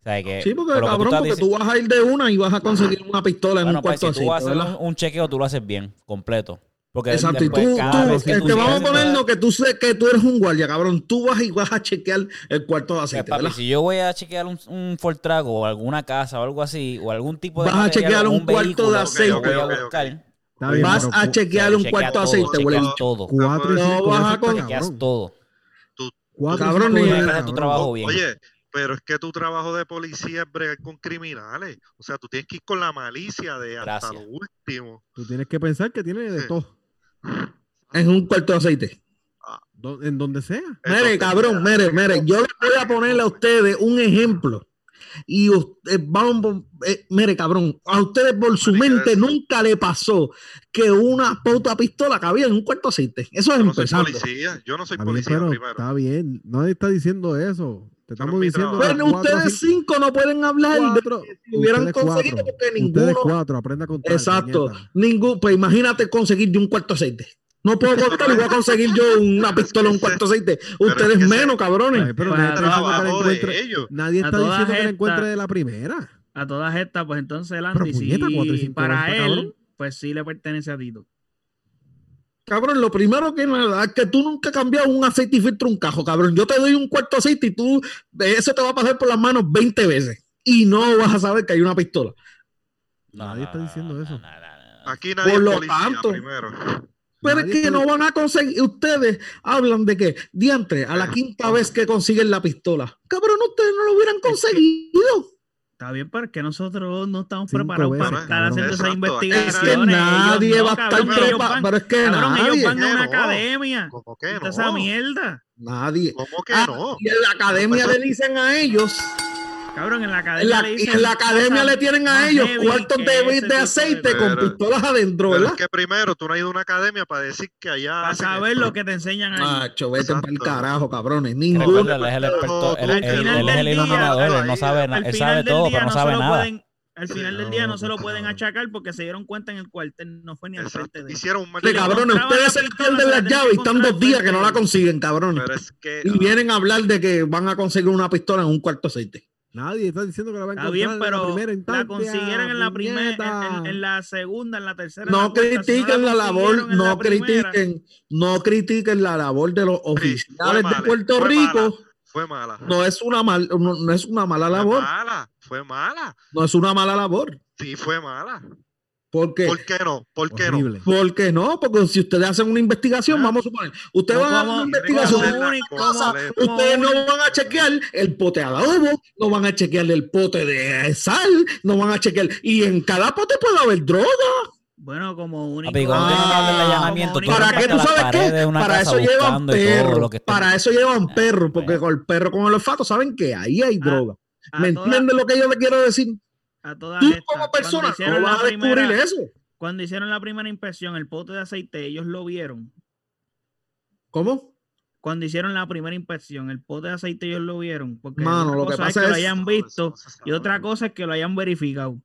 O sea, que,
sí, porque
por Eh, lo que tú
cabrón,
estás
porque
dici-
tú vas a ir de una y vas a conseguir una pistola en
Bueno,
un
pues,
cuarto de
si tú
aceite,
haces
¿verdad?
un, un chequeo, tú lo haces bien, completo. Porque
Exacto, y tú,
después cada
tú,
vez que tú pues
este, vamos a
llegas-
ponernos que tú sé que tú eres un guardia, cabrón. Tú vas y vas a chequear el cuarto de
O
aceite,
sea, Eh, Pues, papi,
¿verdad?
si yo voy a chequear un, un Fortrack o alguna casa o algo así, o algún tipo de
Vas a
material
chequear
o
un cuarto
vehículo
de
que
aceite.
yo voy a
Ok, ok, ok.
buscar,
Está bien,
vas
pero
a
cu-
chequear un
chequea
cuarto de
todo,
aceite,
chequeas
huele.
todo,
cuatro y
No
cinco
vas a
veces,
con-
chequeas
cabrón.
todo.
Cuatro y
Cabrón,
cinco
ni-
veces,
Deja tu
cabrón.
trabajo bien.
Oye, pero es que tu trabajo de policía es bregar con criminales. O sea, tú tienes que ir con la malicia de hasta
Gracias.
lo último.
Tú tienes que pensar que tiene de
Sí.
todo.
En un cuarto de aceite.
do- en donde sea.
Mire,
Entonces,
cabrón, mire, mire. Yo les voy a ponerle a ustedes un ejemplo. Y usted- vamos, eh, mire, cabrón, a ustedes por su
Marica,
mente
eso.
nunca le pasó que una puta pistola cabía en un cuarto de aceite. Eso es
Yo no soy
empezando.
policía, yo no soy
Está bien,
policía
pero
primero.
está bien. Nadie está diciendo eso. Te
Pero
estamos
mi
diciendo.
trabajo.
que
Bueno,
cuatro,
ustedes
cinco,
cinco no pueden hablar de
cuatro,
si hubieran
ustedes
conseguido
cuatro,
porque
Ustedes
ninguno-
cuatro, aprenda a contar.
Exacto.
puñeta.
Ningún, pues imagínate conseguir de un cuarto aceite. No puedo contar y voy a conseguir yo una pistola, un cuarto aceite.
es
Ustedes
que ese-
menos, cabrones.
Ay, pero
Para
nadie
El
está diciendo que la
trabajo de
encuentre.
ellos.
Nadie
A
está
todas
diciendo que la
estas-
encuentre de la primera.
A todas estas, pues entonces
Pero,
Landy,
puñeta, cuatro y
sí,
cinco
para
veces,
él,
cabrón.
pues sí le pertenece a Tito.
Cabrón, lo primero que nada es que tú nunca has cambiado un aceite y filtro un cajo, cabrón. Yo te doy un cuarto aceite y tú, de eso te va a pasar por las manos 20 veces. Y no vas a saber que hay una pistola.
No,
Nadie
no,
está
no,
diciendo
no,
eso.
no, no, no.
Aquí nadie
Por
es
lo
policía
tanto,
primero.
Pero
Nadie
es que
está-
no van a conseguir, ustedes hablan de que, diantre, a la quinta vez que consiguen la pistola. Cabrón, ustedes no lo hubieran conseguido.
Está bien, pero es que nosotros no estamos
Cinco
preparados
veces,
para estar
cabrón.
haciendo esas
Exacto, aquí
investigaciones.
Es que
Cabrón,
nadie
Ellos
va a
no,
estar
cabrón, ellos
preparado.
van-
Pero es que
cabrón, ellos van
nadie,
a una
No.
academia.
¿Cómo que
Quita
no?
esa mierda.
nadie.
¿Cómo que
Ah,
no?
Y en la academia
Eso-
le dicen a ellos,
Cabrón, en la
en
academia
la,
pues, le
y
dicen
en la academia
cosas
le tienen
más
a ellos
heavy
cuartos
que
de,
ese
de
tipo de-
aceite con
Pero-
pistolas adentro,
Pero es
¿verdad?
que primero tú no has ido a una academia para decir que allá.
Para
hacen
saber
esto.
lo que te enseñan ahí.
Macho, vete
Exacto.
para el carajo, cabrones.
Recuerda,
Ninguno.
él es el experto, él,
Al
él-
final
él es
del
el
día,
iluminador, él no sabe, na-
Al
él
final
sabe
del
todo,
día
pero no
se
sabe
lo
nada.
pueden- al final del día no se lo
no,
pueden
cabrón.
achacar porque se dieron cuenta en el cuartel, no fue en el
Exacto,
frente de
Hicieron un mal
Este,
trabajo,
cabrones,
encontraban
ustedes
la
se
pistola,
pierden
se la
las
tenían
llaves y
que
están dos
encontrar
días que no la
frente.
consiguen, cabrones.
Pero es que.
Y vienen a hablar de que van a conseguir una pistola en un cuarto aceite.
Nadie está diciendo que la va a
Está
encontrar
bien,
en la
pero
primera
la
instancia,
consiguieron en la primera, en- en,
puñeta.
en la segunda, en la tercera. en
No
la cuarta, si
critiquen la labor,
consiguieron en la
no
primera,
critiquen, no critiquen la labor de los
fue
oficiales de
mala,
Puerto
fue
Rico.
mala, fue Fue mala.
No es una, mal, no, no es una mala labor.
Fue mala. Fue mala.
No es una mala labor.
Sí, fue mala.
Porque,
¿Por qué no? ¿Por qué no?
Horrible.
¿Por qué no? Porque si ustedes hacen una investigación, vamos a suponer, ustedes
No,
van a hacer
como-
una
como
investigación,
Hacerla
único-
completa.
como-
ustedes no van a chequear el pote de adobo, no van a chequear el pote de sal, no van a chequear. Y en cada pote puede haber droga.
Bueno, como único.
Papi, cuando tengas que hablar de
Ah,
allanamiento,
como
tú
¿Para
rompes
qué tú
las
sabes
paredes de
qué?
una
Para
casa
eso llevan
buscando y todo
perro.
lo que está-
Para eso llevan perro, porque
bueno.
con el perro con el olfato saben que ahí hay
Ah,
droga.
a
¿Me
toda-
entiendes lo que yo le quiero decir?
a todas
Tú
estas,
como
cuando
persona no
hicieron la
vas a descubrir
primera-
eso.
Cuando hicieron la primera inspección, el pote de aceite, ellos lo vieron.
¿Cómo?
Cuando hicieron la primera inspección, el pote de aceite, ellos lo vieron. Porque
Mano,
una
lo que
cosa
pasa
es que lo
es-
hayan visto y otra cosa es que lo hayan verificado.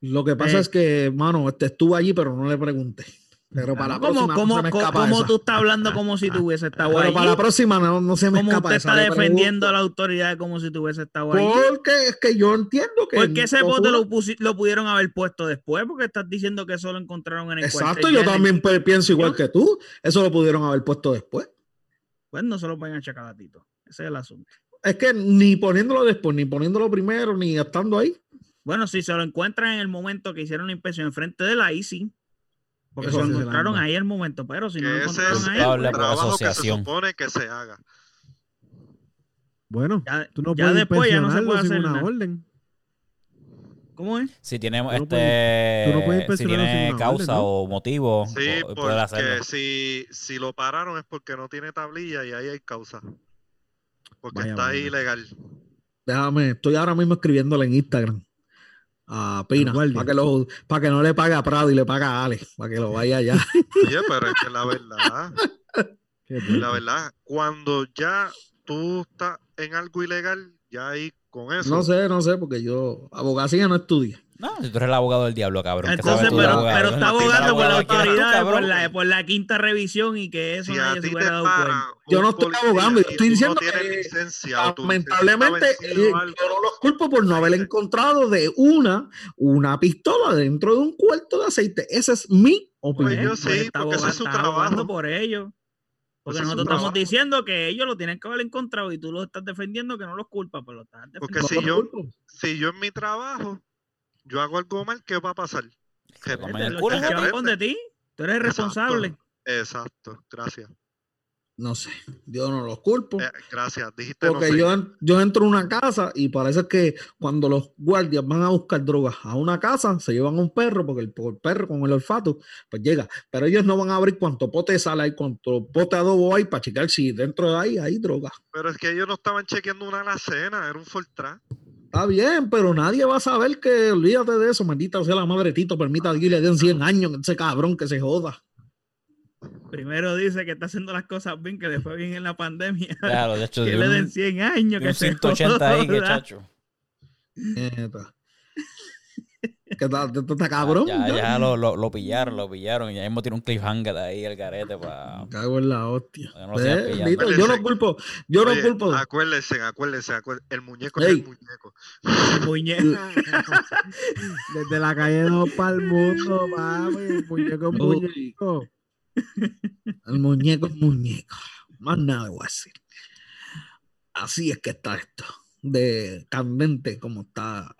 Lo que pasa
Eh.
es que, mano, este estuve allí, pero no le pregunté. Pero para la
¿Cómo,
próxima
cómo-
no se me
cómo-
escapa
cómo
esa.
tú estás hablando como si tuviese estado
Pero
allí?
para la próxima no, no se me
Como
escapa
usted
esa,
está
le pregunto.
defendiendo a la autoridad como si tuviese estado allí?
Porque es que yo entiendo que.
Porque ese
no
bote
juro-
lo, pusi- lo pudieron haber puesto después, porque estás diciendo que eso lo encontraron en el
Exacto,
cuartel
yo
general.
también pe- pienso igual que tú. Eso lo pudieron haber puesto después.
Pues no se lo pueden achacar a Tito. Ese es el asunto.
Es que ni poniéndolo después, ni poniéndolo primero, ni estando ahí.
Bueno, si se lo encuentran en el momento que hicieron la inspección enfrente de la ICI, porque
Eso
se
sí
lo
se la
encontraron
mando.
ahí el momento, pero si no lo
Que ese
encontraron ahí,
es
pues,
Culpable
el
por
trabajo que se
asociación.
supone que se haga.
Bueno,
ya,
tú no
ya
puedes
después ya no se
inspeccionarlo
puede hacer
sin una
nada.
orden.
¿Cómo es?
Si tiene,
no
este,
puedes- tú no puedes
si
presionar sin
tiene
una
causa
orden, ¿no?
o motivo,
Sí,
po- poder hacerlo.
porque si, si lo pararon es porque no tiene tablilla y ahí hay causa. Porque
Vaya,
está ahí
vaya.
ilegal.
Déjame, estoy ahora mismo escribiéndole en Instagram a Pina
Al guardia.
para que, lo- pa' que no le pague a Prado y le pague a Ale, para que lo vaya allá.
Oye, pero es que la verdad,
Qué
la
bruto.
verdad, cuando ya tú estás en algo ilegal, ya ahí con eso.
No sé, no sé, porque yo abogacía no estudié.
No, si tú eres el abogado del diablo, cabrón. ¿qué
Entonces,
sabes tú de
pero,
abogado?
pero
Tú
está
eres el
abogando por la
abogado que eres tú,
autoridad, por
cabrón.
la, por la quinta revisión y que eso
si a
nadie
ti
se
te
hubiera dado
para
cuenta.
Yo
un
no estoy
policía
abogando, yo
y
estoy
tú
diciendo
no tienes
que
licencia o tu licencia está
Ah, Lamentablemente,
vencida
eh,
o algo,
yo no los culpo por no haber encontrado de una una pistola dentro de un cuarto de aceite. Esa es mi
Pues
opinión.
yo sí,
está
porque ese es su
abogando- está abogando
trabajo.
por ellos. Porque
Ese es su
nosotros estamos
trabajo.
diciendo que ellos lo tienen que haber encontrado y tú lo estás defendiendo que no los culpas, pero lo estás defendiendo.
Porque
No
si
los
yo-
culpo.
Si yo en mi trabajo, yo hago algo mal, ¿qué va a pasar? Que
Comen
me-
el
Este, Los
culo,
que
chavos
me
con
prenden.
de ti. Tú eres el
Exacto.
responsable.
Exacto, gracias.
No sé, yo no los culpo.
Eh, gracias, dijiste no
Porque
sé.
yo, en- yo entro a una casa y parece que cuando los guardias van a buscar drogas a una casa, se llevan un perro, porque el, po- el perro con el olfato, pues llega. Pero ellos no van a abrir cuánto pote de sal hay, cuánto pote de adobo hay para checar si dentro de ahí hay droga.
Pero es que ellos no estaban chequeando una alacena, era un Fortran.
Está bien, pero nadie va a saber que olvídate de eso, maldita sea la madre Tito, permita a Dios le den 100 años, ese cabrón que se joda.
Primero dice que está haciendo las cosas bien, que le fue bien en la pandemia.
Claro, de hecho,
que
de
le
un,
den 100 años,
de
que
un
se
180 ahí, que
joda.
chacho.
Nieta. ¿Qué tal? ¿Tú- tú estás cabrón?
Ya,
ya?
ya lo, lo, lo pillaron, lo pillaron. Y ahí mismo tiene un cliffhanger ahí, el garete, para...
Me Cago en la hostia.
Para que no lo sigan
Ve,
pillando.
Tito, yo no culpo, yo no
Oye, ah,
culpo.
Acuérdense, acuérdense, acuérdense, el muñeco es
Ey.
el muñeco.
Muñe-
Desde la calle 2 para el mundo, mami. Muñeco,
Uy,
muñeco.
el muñeco es muñeco. Más nada voy a decir. Así es que está esto. De candente como está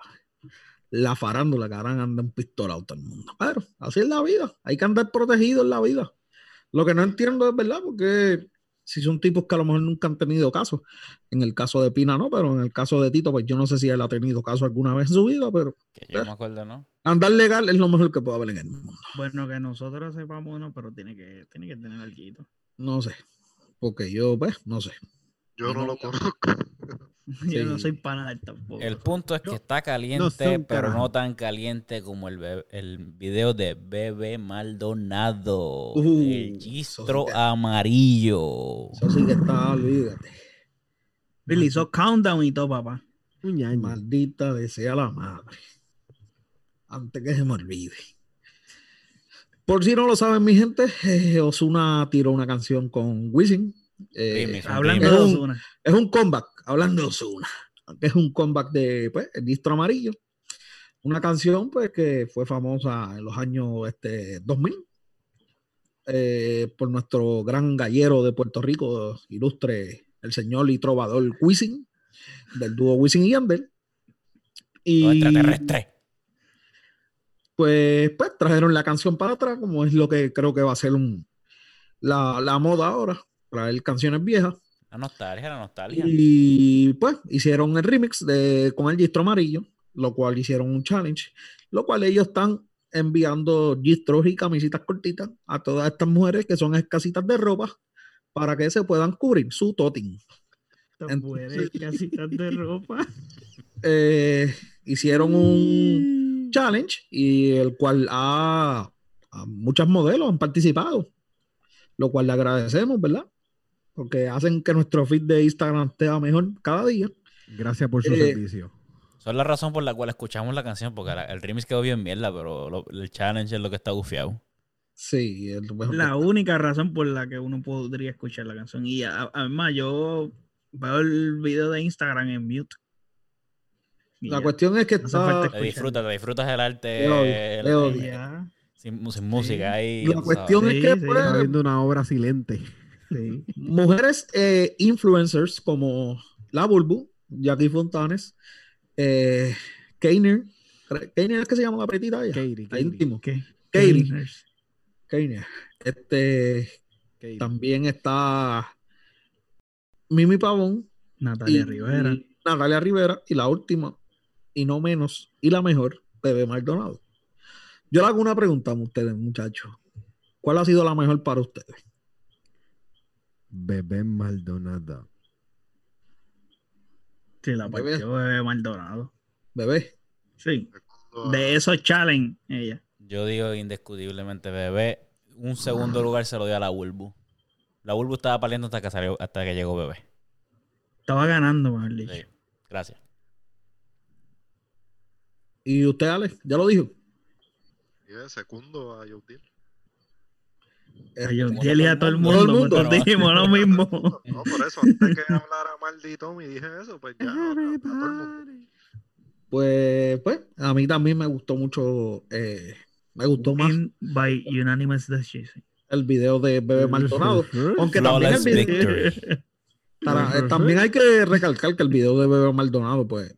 la farándula, que ahora anda un pistolado todo el mundo. Pero así es la vida. Hay que andar protegido en la vida. Lo que no entiendo es verdad, porque si son tipos que a lo mejor nunca han tenido caso. En el caso de Pina no, pero en el caso de Tito, pues yo no sé si él ha tenido caso alguna vez en su vida, pero
Que yo me acuerdo, ¿no?
andar legal es lo mejor que puede haber en el mundo.
Bueno, que nosotros sepamos no, pero tiene que, tiene que tener algo.
No sé. Porque yo, pues, no sé.
Yo no lo conozco.
Yo no
Sí.
soy pana de él tampoco.
El punto es que está
no sé
caliente,
un
pero
carajo.
no tan caliente como el, bebé- el video de Bebe Maldonado.
Uh,
el
eso
gistro
sí que-
amarillo.
Eso sí que está, olvídate.
Realizó countdown y todo, papá.
Un ñaño.
Maldita desea la madre. Antes que se me olvide. Por si no lo saben, mi gente, eh, Osuna tiró una canción con Wisin. Eh,
Remix, un
Hablando de
es, un,
Ozuna.
es un comeback, hablando de Osuna. Es un comeback de, pues, el distro amarillo. Una canción, pues, que fue famosa en los años este, 2000. eh, por nuestro gran gallero de Puerto Rico, ilustre el señor y trovador Wisin, del dúo Wisin y Yandel.
Los
Y
extraterrestres.
pues, pues trajeron la canción para atrás, como es lo que creo que va a ser un, la, la moda ahora, traer canciones viejas.
La nostalgia, la nostalgia.
Y pues hicieron el remix de, con el distro amarillo, lo cual hicieron un challenge, lo cual ellos están enviando distros y camisetas cortitas a todas estas mujeres que son escasitas de ropa para que se puedan cubrir su totin.
Estas mujeres casi están de ropa.
Eh, hicieron un challenge y el cual ha, a muchas modelos han participado, lo cual le agradecemos, ¿verdad? Porque hacen que nuestro feed de Instagram sea mejor cada día.
Gracias por su
Eh,
servicio.
Son la razón por la cual escuchamos la canción, porque la- el remix quedó bien mierda, pero lo- el challenge es lo que está gufiado.
Sí, es lo mejor
La
que-
única razón por la que uno podría escuchar la canción. Y a- además, yo veo el video de Instagram en mute. Y
la
ya.
cuestión es que
No hace falta
está,
Te disfrutas, te disfrutas el arte
Te odio,
el-
te odio.
Y
el-
ya,
sin, sin música ahí.
la
tú
cuestión
Sí,
es que
sí.
pues,
Está viendo una obra silente.
sí.
mujeres eh, influencers como La Bulbu, Jackie Fontanes, eh, Keiner, Keiner es que se llama la pretita ella,
Katie,
la
Katie,
íntimo,
¿Qué?
Katie.
Gamers.
Keiner. Este,
Katie.
también está Mimi Pavón,
Natalia
y-
Rivera.
y Natalia Rivera y la última, y no menos, y la mejor, Bebé Maldonado. Yo le hago una pregunta a ustedes, muchachos. ¿Cuál ha sido la mejor para ustedes?
Bebé Maldonado.
Sí, la
Bebé.
partió Bebé Maldonado.
Bebé.
Sí. De esos challenge, ella.
Yo digo indiscutiblemente, bebé. Un segundo lugar se lo dio a la Bulbu. La Bulbu estaba paliando hasta que salió, hasta que llegó bebé.
Estaba ganando, mejor dicho.
Sí. Gracias.
¿Y usted, Alex? ¿Ya lo dijo?
Y de segundo a Yaudil.
A
Eh,
Yontiel y a todo el
Todo el
mundo,
mundo,
pues, todos dijimos lo mismo.
No, por eso, antes que hablara mal de Tommy, dije eso, pues ya. a- a- a todo el mundo.
Pues, pues, a mí también me gustó mucho, eh, me gustó más
Win by unanimous decision.
el video de Bebé Maldonado. Aunque también, el
Flawless
video-
victory.
para- eh, también hay que recalcar que el video de Bebé Maldonado, pues,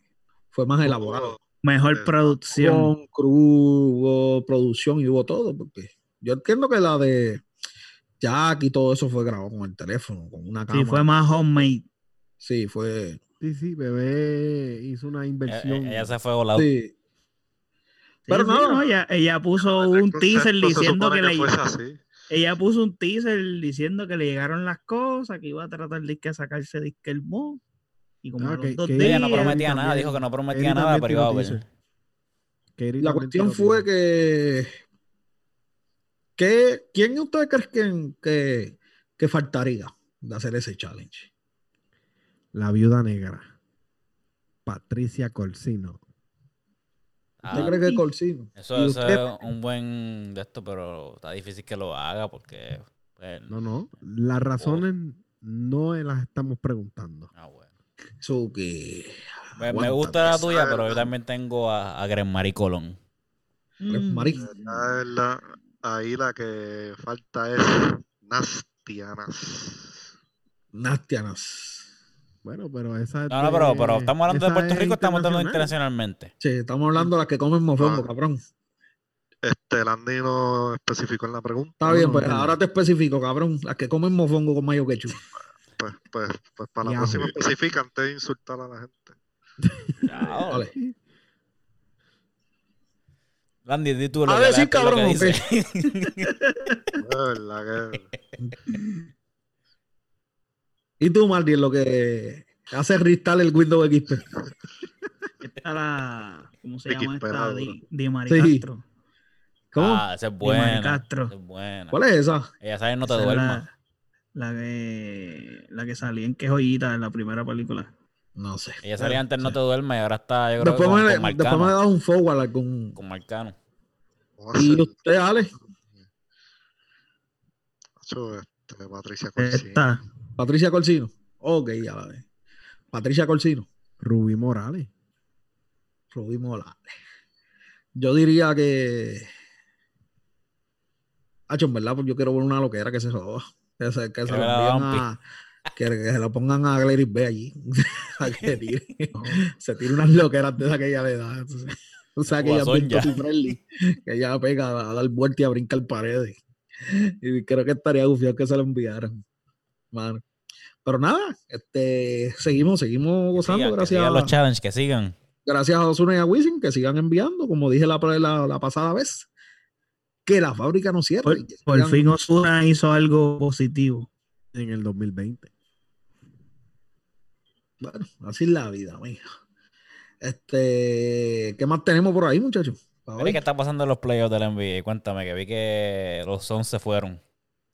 fue más elaborado.
Hubo-
Mejor
Exacto.
producción.
Con crew, hubo producción y hubo todo, porque yo entiendo que la de Jack y todo eso fue grabado con el teléfono, con una cámara.
Sí, fue más homemade.
Sí, fue.
Sí, sí, bebé hizo una
Eh,
inversión.
eh, Ella se fue volado.
sí. Pero
Sí, sí,
nada.
no, ella, ella puso
el
un
concepto
teaser
se
diciendo
supone
que, le
fuese así.
ella puso un teaser diciendo que le llegaron las cosas, que iba a tratar de que sacarse de que el mod. Y como
Ah,
a los
que-
dos
que
días-
Ella no
Ella
prometía
también-
nada, dijo que no
Katie
prometía nada, pues.
también
pero
tiró
iba a ver.
teaser.
La
Katie también
cuestión
tiró
fue
teaser.
que, que- ¿Quién de ustedes creen que, que, que faltaría de hacer ese challenge?
La viuda negra. Patricia Corsino.
¿Usted
Ah,
cree que Corsino?
Eso,
¿Y
eso
usted?
es un buen de esto, pero está difícil que lo haga porque. pues,
No, no. Las razones no las estamos preguntando.
ah, bueno.
So que-
me, me
aguántate,
gusta la tuya,
sabe,
pero yo
¿verdad?
también tengo a, a Grenmary Colón.
Mm.
Marí.
La verdad, ahí la que falta es Nastianas.
Nastianas.
Bueno, pero esa es
No, no, pero,
de-
pero estamos hablando de
esa
Puerto
es
Rico, estamos hablando
internacional.
internacionalmente.
Sí, estamos hablando de las que comen mofongo,
Ah.
cabrón.
Este, Landy no especificó en la pregunta.
Está
No,
bien,
no,
pues
no.
ahora te especifico, cabrón. Las que comen mofongo con mayo quechu.
Pues, pues, pues para la
Yahoo.
próxima especifica antes de insultar a la gente.
Chao.
Vale.
Landy, di tú
A
lo
ver,
que
sí,
la- tú lo que
cabrón,
dices.
De Pues, verdad que.
Y tú, Martín, lo que hace ristal el Windows XP.
Está la. ¿Cómo se
Vicky
llama esta?
Peralta.
Di, Di Mari
Sí.
Castro.
¿Cómo?
Ah, esa es
Di Mari
buena.
Castro.
esa es buena.
¿Cuál es esa?
Ella sabe, no te
Esa es
duermas.
La, la que, la que salía en Que Joyita en la primera película.
No sé.
Ella salía antes no te duermas y ahora está, yo creo
Después,
que con,
me,
con
después me
Marcano.
das un forward a con.
Con Marcano.
¿cómo va a
¿Y
ser?
usted, Ale?
Macho, este, Patricia Corsini.
Esta.
Patricia Corsino. Ok, ya la ve. Patricia Corsino.
Rubí Morales.
Rubí Morales. Yo diría que. Hacho, en verdad, pues yo quiero ver una loquera que se joda. Que se, que se
Creo
la
que la
envíen
van
a, Que, que se lo pongan a Gladys B allí. a que tire. Se tira unas loqueras de aquella que ella le da. O sea, que ella es
Guasón
bien
ya.
Toti friendly, Que ella pega a dar vuelta y a brincar paredes. Y creo que estaría gufiado que se lo enviaran. Mano. Pero nada, este, seguimos, seguimos gozando.
Sigan, que
gracias
sigan
a
los challenges, que sigan.
gracias a Osuna y a Wisin que sigan enviando, como dije la, la, la pasada vez, que la fábrica no cierre.
Por,
y
Pues-
que
por
sigan-
fin Osuna hizo algo positivo.
en el 2020.
Bueno, así es la vida, mija. Este, ¿qué más tenemos por ahí, muchachos? Pa'
Mira,
hoy.
¿Qué está pasando en los playoffs del NBA? Cuéntame, que vi que los Suns se fueron.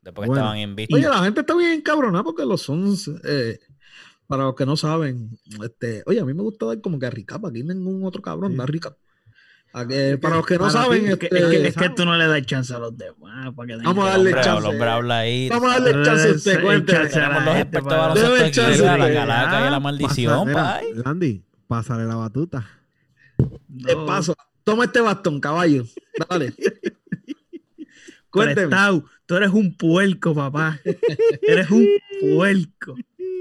Después que
Bueno,
estaban invictos.
Oye, la gente está bien cabronada porque los Suns, eh, para los que no saben, este, oye, a mí me gusta dar como que a recap, aquí ningún otro cabrón
Sí.
da recap. A que-
Es que
para los que no
para ti,
saben,
es
Que-
este,
es, que, es que tú no le das chance a los demás. para que den-
Vamos a
El
darle
hombre,
chance.
el hombre habla ahí.
vamos a darle
Dale
chance a
el
usted, cuéntale.
chance a la
Tenemos los
gente
expertos de
para-
Debe
baloncesto aquí,
echarse
la
de-
galaca y la maldición,
Pasa-
pay.
mira, Landy, pásale la batuta.
Te
No,
paso. Toma este bastón, caballo. Dale. cuéntame,
prestado. tú eres un puerco, papá. eres un puerco.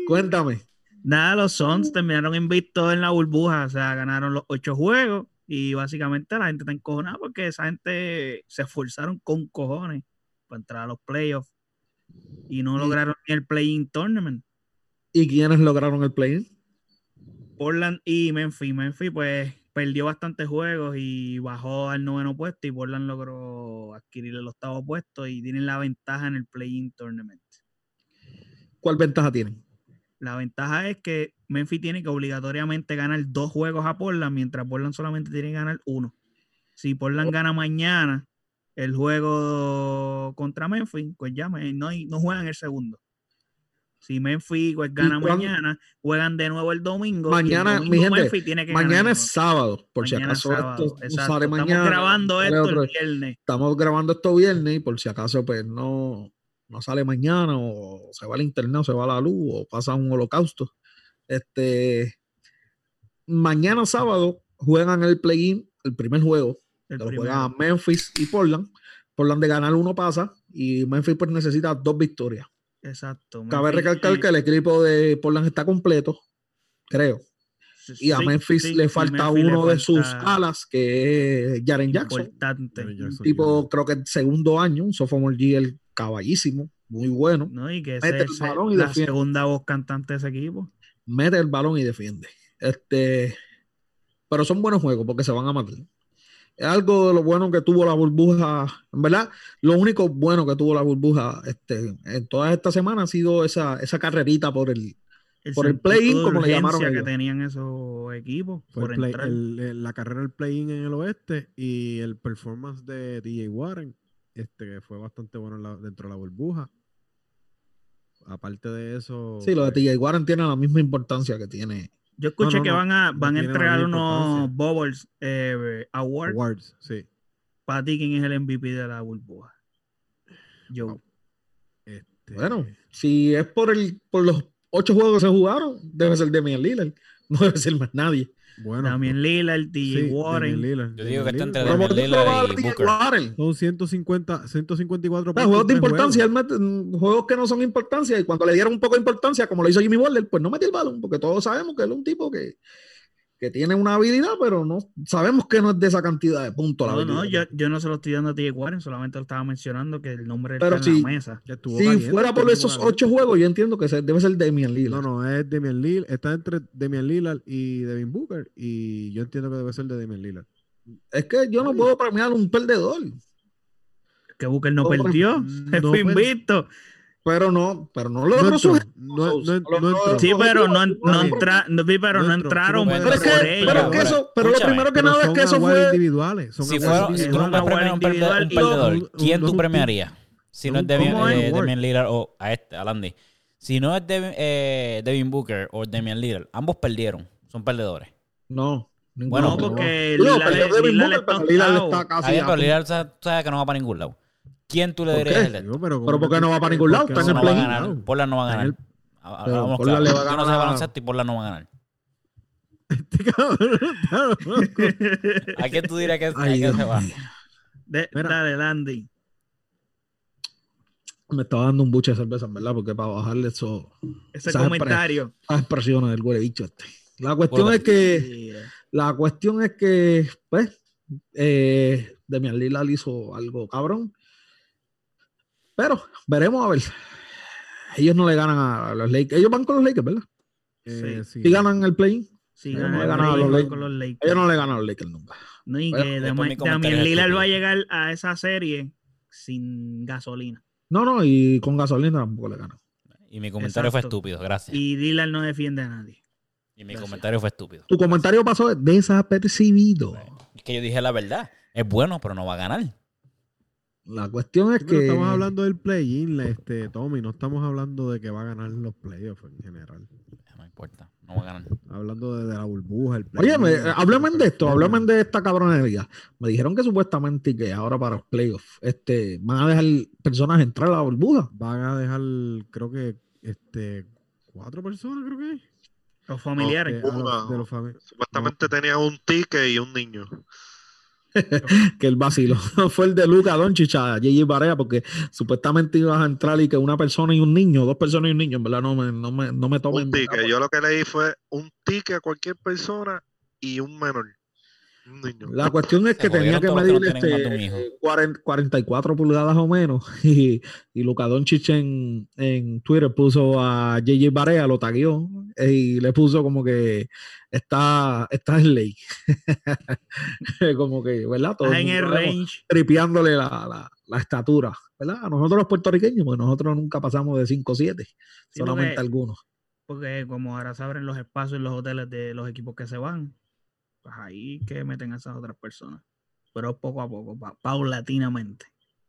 cuéntame.
Nada, los Suns terminaron invictos en la burbuja, o sea, ganaron los ocho juegos y básicamente la gente está encojonada porque esa gente se esforzaron con cojones para entrar a los playoffs y no
Sí.
lograron ni el play-in tournament.
¿Y quiénes lograron el play-in?
Portland y Memphis. Memphis pues perdió bastantes juegos y bajó al noveno puesto y Portland logró adquirir el octavo puesto y tienen la ventaja en el play-in tournament.
¿Cuál ventaja tienen?
La ventaja es que Memphis tiene que obligatoriamente ganar dos juegos a Portland, mientras Portland solamente tiene que ganar uno. Si Portland
Oh.
gana mañana el juego contra Memphis, pues ya me- no, hay- no juegan el segundo. Si Memphis pues, gana
cuán-
mañana, juegan de nuevo el domingo. y el
Mañana, mi
domingo
gente,
Memphis tiene que ganar
Mañana
de
es
nuevo.
sábado, por si
Mañana es
acaso
sábado,
esto no
exacto.
sale
Estamos
mañana.
grabando
sale
esto
otro-
el viernes.
estamos grabando esto viernes y por si acaso pues no, no sale mañana o se va el internet o se va la luz o pasa un holocausto. Este, mañana sábado juegan el play-in, el primer juego
el
que lo
primero.
juegan Memphis y Portland. Portland de ganar uno pasa y Memphis pues necesita dos victorias.
Exacto.
Cabe
Memphis
recalcar
tiene-
que el equipo de Portland está completo, creo. Y a
sí,
Memphis
sí, y
le falta
Memphis le
uno de sus
falta
alas, que es Jaren Jackson.
Importante.
Jaren Jackson.
Tipo, creo que el segundo año, un sophomore G, el caballísimo, muy bueno.
¿no? Y que
Mete
ese,
el
ese-
balón y
la
defiende.
segunda voz cantante de ese equipo.
mete el balón y defiende. Este, pero son buenos juegos porque se van a matar. Es algo de lo bueno que tuvo la burbuja, en verdad, lo único bueno que tuvo la burbuja este, en todas estas semanas ha sido esa, esa carrerita por el... Por el
sentido
play-in,
de
como le llamaron
urgencia
ellos.
que tenían esos equipos
Fue
por
el play-
entrar.
el- el- la carrera del play-in en el oeste y el performance de DJ Warren, este que fue bastante bueno en la- dentro de la burbuja. Aparte de eso,
Sí, lo de
pues,
TJ Warren tiene la misma importancia que tiene.
Yo escuché
no,
que
no,
van a,
no
van a
tiene la
entregar
misma
unos
importancia.
Bubbles eh, Awards
awards, sí.
para ti, quién es el MVP de la burbuja. Yo,
Este,
Bueno, si es por, el, por los ocho juegos que se jugaron, debe ser Damian Lillard, no debe ser más nadie.
bueno,
también Lila, el TJ
sí, Damian
Warren.
Lillard,
Yo
Damian
digo que está
Lillard.
entre
Pero
Damian
¿por qué tú
Lillard
le vas a dar
y
a TJ
Booker.
Warren?
Son 150, 154
Ah,
puntos
juegos de
en tres
importancia,
juegos.
él mete- mm, juegos que no son importancia, y cuando le dieron un poco de importancia, como lo hizo Jimmy Butler, pues no metió el balón, porque todos sabemos que él es un tipo que, que tiene una habilidad, pero no sabemos que no es de esa cantidad de puntos. la
No, no, yo,
habilidad.
yo no se lo estoy dando a TJ Warren, solamente lo estaba mencionando que el nombre
Pero
está en
sí.
la mesa.
Que estuvo
si
caliente,
fuera por
estuvo
esos
caliente.
ocho juegos, yo entiendo que se- debe ser Damian Lillard.
No, no, es Damian Lillard. Está entre Damian Lillard y Devin Booker. Y yo entiendo que debe ser de Damian Lillard.
Es que yo no puedo premiar un perdedor,
Que Booker no
No, pero-
perdió,
no
fue
per-
invicto.
pero no, pero no logró
No
su
entró. No, no, no,
Los dos-
entró.
Sí, pero no, no,
Está bien.
entra- no- sí, pero no
No entró,
entraron
tú no
por
puedes
Pero, es que,
Por
ello.
pero es que eso, pero lo
Escúchame,
primero que
Pero
nada es
son
que eso
aguas
fue.
individuales. Son
Si,
aguas
fuera, si tú
individuales.
Una
no premias
guardia
un, perde- un
individual y-
perdedor,
un- un-
¿quién
no es
tú
un
premiarías? Si no es
un-
Demi-
¿cómo es?
eh,
Un
Damian
award.
Lillard o a este, a Landy. Si no es Devin, eh, Devin Booker o Damian Lillard, ambos perdieron. Son perdedores.
No, ninguno.
Bueno,
No, porque
No,
Lillard
perdió Devin
Lillard
Booker,
está
pero Lillard
octavo.
está
Ah,
casi.
bien,
a
pero
punto.
Lillard sabe, sabe que no va para ningún lado. ¿Quién tú le
¿Por
dirías
qué?
el de-
Digo, pero,
Pero ¿por qué no va para ningún lado? Está en
No,
el
no va a
play-in.
ganar. Portland no va a
Está en
ganar.
el-
Ah,
Pero
vamos
Portland
claro.
le va a
Yo no sé
ganar a-
baloncesto y Portland no va a ganar. ¿A quién tú dirías que, a
Ay,
quién
Dios
se va?
mío.
De-
Mira.
dale, Landy.
Me estaba dando un buche de cerveza, en verdad, porque para bajarle esos
Ese
Sabe,
comentario.
esas expresiones del huele bicho este. La cuestión es que, la cuestión es que, pues, eh, Demian Lillard hizo algo cabrón. Pero veremos a ver. Ellos no le ganan a los Lakers. Ellos van con los Lakers, ¿verdad?
Eh, sí.
Si ganan el play,
Sí,
Ellos
ganan
no
el
ganaron a
play
los
van
Lakers.
con los Lakers.
ellos no le ganan a los Lakers nunca.
No, y
Bueno, este
que
después mi
Dama-
comentario
Damian
es
Lillard
estúpido.
va a llegar a esa serie sin gasolina.
No, no, y con gasolina tampoco le ganan.
Y mi comentario fue
Exacto.
estúpido, gracias. Y,
Y Lillard no defiende a nadie.
mi
gracias.
comentario fue estúpido.
Tu comentario pasó desapercibido.
Es que yo dije la verdad. Es bueno, pero no va a ganar.
La cuestión es
Sí, pero
que
estamos hablando del play-in, la- este, Tommy. No estamos hablando de que va a ganar los playoffs en general.
No importa, no va a ganar.
Hablando de, de la burbuja, el
Oye, me,
play-in,
háblame
la
de esto, háblame
competencia.
de esta cabronería. Me dijeron que supuestamente que ahora para los playoffs este, van a dejar personas entrar a la burbuja.
Van a dejar, creo que, este, cuatro personas, creo que. es,
Los familiares.
que a los-
Una.
de los fami-
Supuestamente tenía un ticket y un niño.
Que el vacilo fue el de Luca Doncic a J.J. Barea, porque supuestamente ibas a entrar y que una persona y un niño, dos personas y un niño, en verdad no me, no me, no me pues. tomen.
Un ticket. Yo lo que leí fue un ticket a cualquier persona y un menor. Un niño.
La cuestión es
Se
que tenía
jodieron
que
todos los que
medir
no tienen más de un hijo.
este, 40 44 pulgadas o menos. Y, y Luka Doncic en, en Twitter puso a JJ Barea, lo tagueó eh, y le puso como que está, está en ley. como que, ¿verdad? Todo
Estás
el
en el
mundo estamos
range.
tripeándole la, la- la estatura, ¿verdad? A nosotros los puertorriqueños, porque nosotros nunca pasamos de 5 7, solamente
porque-
algunos.
Porque como ahora se abren los espacios en los hoteles de los equipos que se van, pues ahí que meten a esas otras personas. Pero poco a poco, pa- paulatinamente.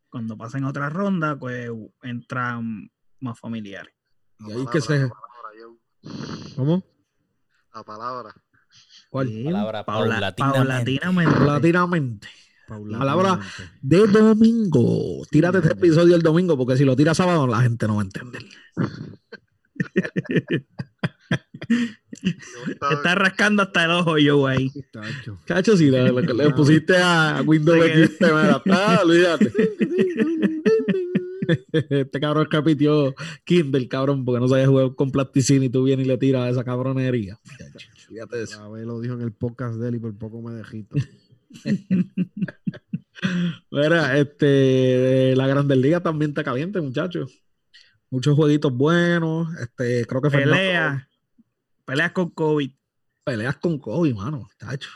Cuando pasen a otra ronda, pues entran más familiares.
La
Y ahí que se...
palabra, la palabra, yo-
¿Cómo?
La palabra.
¿cuál?
Sí,
Palabra
paula-
paulatinamente.
paulatinamente.
Latinamente. Palabra-
Paulatinamente.
de domingo. Tírate este episodio el domingo, porque si lo tiras sábado, la gente no va a entender.
Yo estaba-
Está rascando hasta el ojo yo ahí.
Tacho.
Cacho, si le, le- le pusiste a Windows
Se quedó.
XP, mira, ah, olvídate. Este cabrón repitió Kindle, cabrón, porque no sabía jugar con plasticina y tú vienes y le tiras esa cabronería. Chacho, Olvídate de eso.
A ver, lo dijo en el podcast de él y por poco me dejito.
Mira, este, de la Grandes Liga también está caliente, muchachos. Muchos jueguitos buenos. Este, creo que Fernando-
Peleas. Peleas con COVID.
peleas con Kobe, mano. Chacho.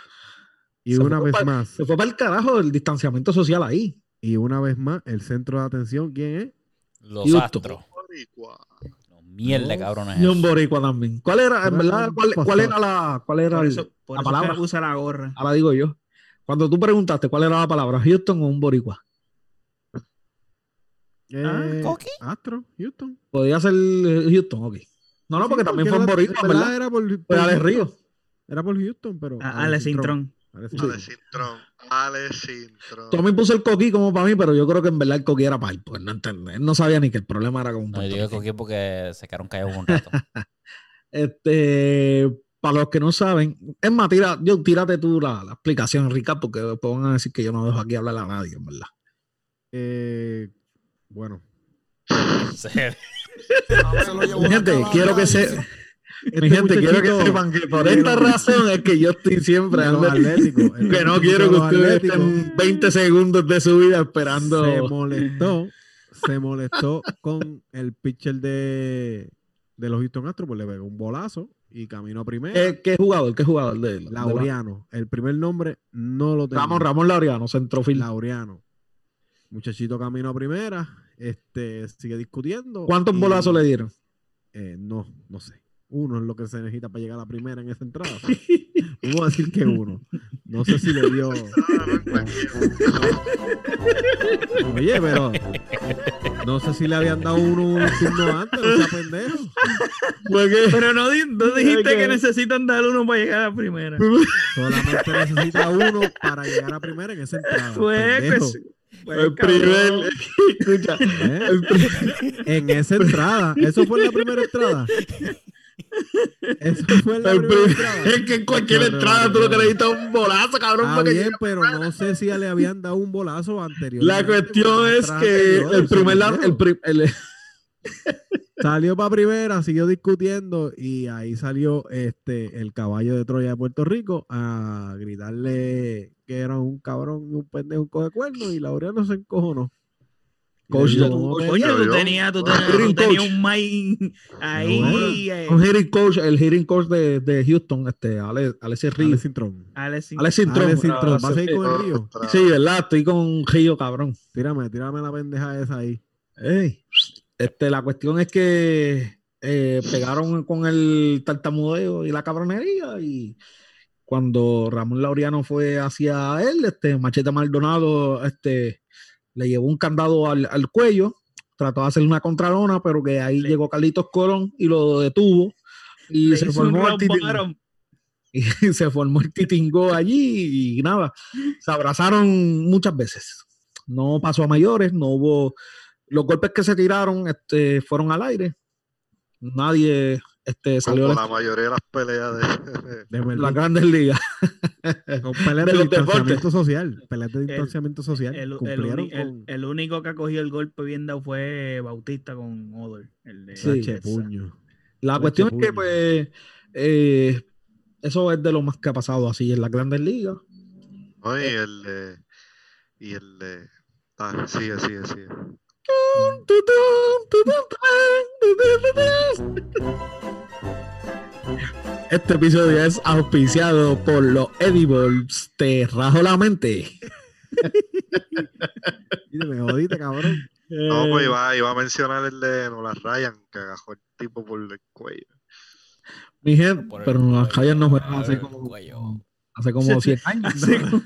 Y
Se
una
fue
vez
pa-
más,
Se fue para el carajo el distanciamiento social ahí.
y una vez más, el centro de atención, ¿quién es?
Los
Houston.
astros.
Boricua.
Los mierda,
No,
cabrones.
Y un boricua también. ¿Cuál era, en
Era
verdad,
un
cuál,
pastor.
cuál era la, cuál era
Por
el-
eso, por
la
eso es que
palabra?
usa la gorra.
ahora digo yo. Cuando tú preguntaste cuál era la palabra, Houston o un boricua, Ah,
Eh,
¿Coqui?
Astro, Houston.
podía ser eh, Houston, ok. No, no, porque
Sí,
también fue un
era- eh,
boricua,
en
¿verdad?
Era por,
Fue Alex
Houston.
Ríos.
Era por Houston, pero.
Ah,
A- Ale Cintrón.
Alex
Sí.
Cintrón.
Ale Cintrón. Ale Cintrón.
Tommy puso el coquí como para mí, pero yo creo que en verdad el coquí era para él. Pues no entendí. Él no sabía ni que el problema era con un
No, yo digo
puertorriqueño.
coquí porque se quedaron callados un rato.
Este, para los que no saben, es más, tira, yo, tírate tú la, la explicación, Rica, porque después van a decir que yo no dejo aquí hablar a nadie, en verdad.
Eh, bueno.
Se-
Gente, quiero que se-
Este
Mi gente, quiero que sepan que por esta razón es que yo estoy siempre ando-
este
Que no quiero que ustedes estén 20 segundos de su vida
Se
esperando.
molestó, se molestó con el pitcher de, de los Houston Astros, pues le pegó un bolazo y caminó a primera.
¿Qué, Eh, qué jugador? ¿Qué jugador de, de la-
Laureano. El primer nombre no lo tengo.
Ramón, Ramón Laureano, centrofil.
Laureano. Muchachito caminó a primera. Este sigue discutiendo.
¿Cuántos
y-
bolazos le dieron?
eh, no, no sé. Uno es lo que se necesita para llegar a la primera en esa entrada. Vamos a decir que uno. No sé si le dio.
Ah, no, cualquiera.
Oye, pero. No sé si le habían dado uno un turno antes, no sea pendejo.
Porque
Pero no, di- no dijiste
Ok.
que necesitan dar uno para llegar a la primera.
Pues,
Solamente necesita uno para llegar a primera en esa entrada.
Fue que
pendejo.
sí. Fue,
el
Pues,
primer.
cabrón.
Escucha,
¿Eh? En esa entrada. Eso fue en la primera entrada. Eso fue la
El
primera
primer-
entrada.
Es que en cualquier
No, no,
entrada
no,
tú lo
no.
que necesitas es un bolazo, cabrón.
Ah,
para que
bien,
llegue.
pero no sé si ya le habían dado un bolazo anterior.
la cuestión es que Eh. el primer la- el prim- el-
Salió para primera, siguió discutiendo y ahí salió este el caballo de Troya de Puerto Rico a gritarle que era un cabrón, un pendejo, un coge cuerno y Laureano se encojonó. Y le
Coach,
dijo,
yo-
"No,
coach,
me-
yo-
Coño, tú
yo-
tenías, tú
yo-
tenías, tú
Green
tenías
coach.
un main ahí. eh,
un hitting coach, el hitting coach de, de Houston, este, Alex, Alexis
Dale
Ríos.
sin tron.
Alex Sin-
Alex Sintrón.
Dale sin
Ah,
tron. ¿Vas a
sí,
seguir con el río?
Otra.
Sí, ¿verdad? Estoy con Río, cabrón.
Tírame, tírame la pendeja esa ahí.
Ey, Este, la cuestión es que eh, pegaron con el tartamudeo y la cabronería y cuando Ramón Laureano fue hacia él, este, Machete Maldonado este, le llevó un candado al, al cuello, trató de hacerle una contralona, pero que ahí
Le-
llegó Carlitos Colón y lo detuvo y
le
se
hizo un
formó el
round
titingo.
bottom.
Y se formó el titingo allí y nada, se abrazaron muchas veces. No pasó a mayores, no hubo. Los golpes que se tiraron este, fueron al aire. Nadie este, salió
Como
de
la mayoría de las peleas de,
De
las
verdad.
grandes ligas.
Con peleas
de
de,
los
distanciamiento
deportes.
social. Peleas de distanciamiento social.
El, el
cumplieron
uni- el-
con
el único que ha cogido el golpe bien dado fue Bautista con Odor. El de
Sí.
Sache
Esa.
puño.
La
Leche
cuestión es que,
puño.
pues, eh, eso es de lo más que ha pasado así en las grandes ligas.
No, y
Eh.
el de. Y el de. Ah, sigue, sigue, sigue.
Eh. Este episodio es auspiciado por los Edibles. Te rajo la mente.
Y te me jodiste, cabrón.
No, pues
Eh,
iba, iba a mencionar el de Nola Ryan, que agajó el tipo por el cuello.
Mi gente,
Por el
pero las
cuello,
calles no juegan
por
hace
el
como,
cuello.
hace como 100 años.
Así como-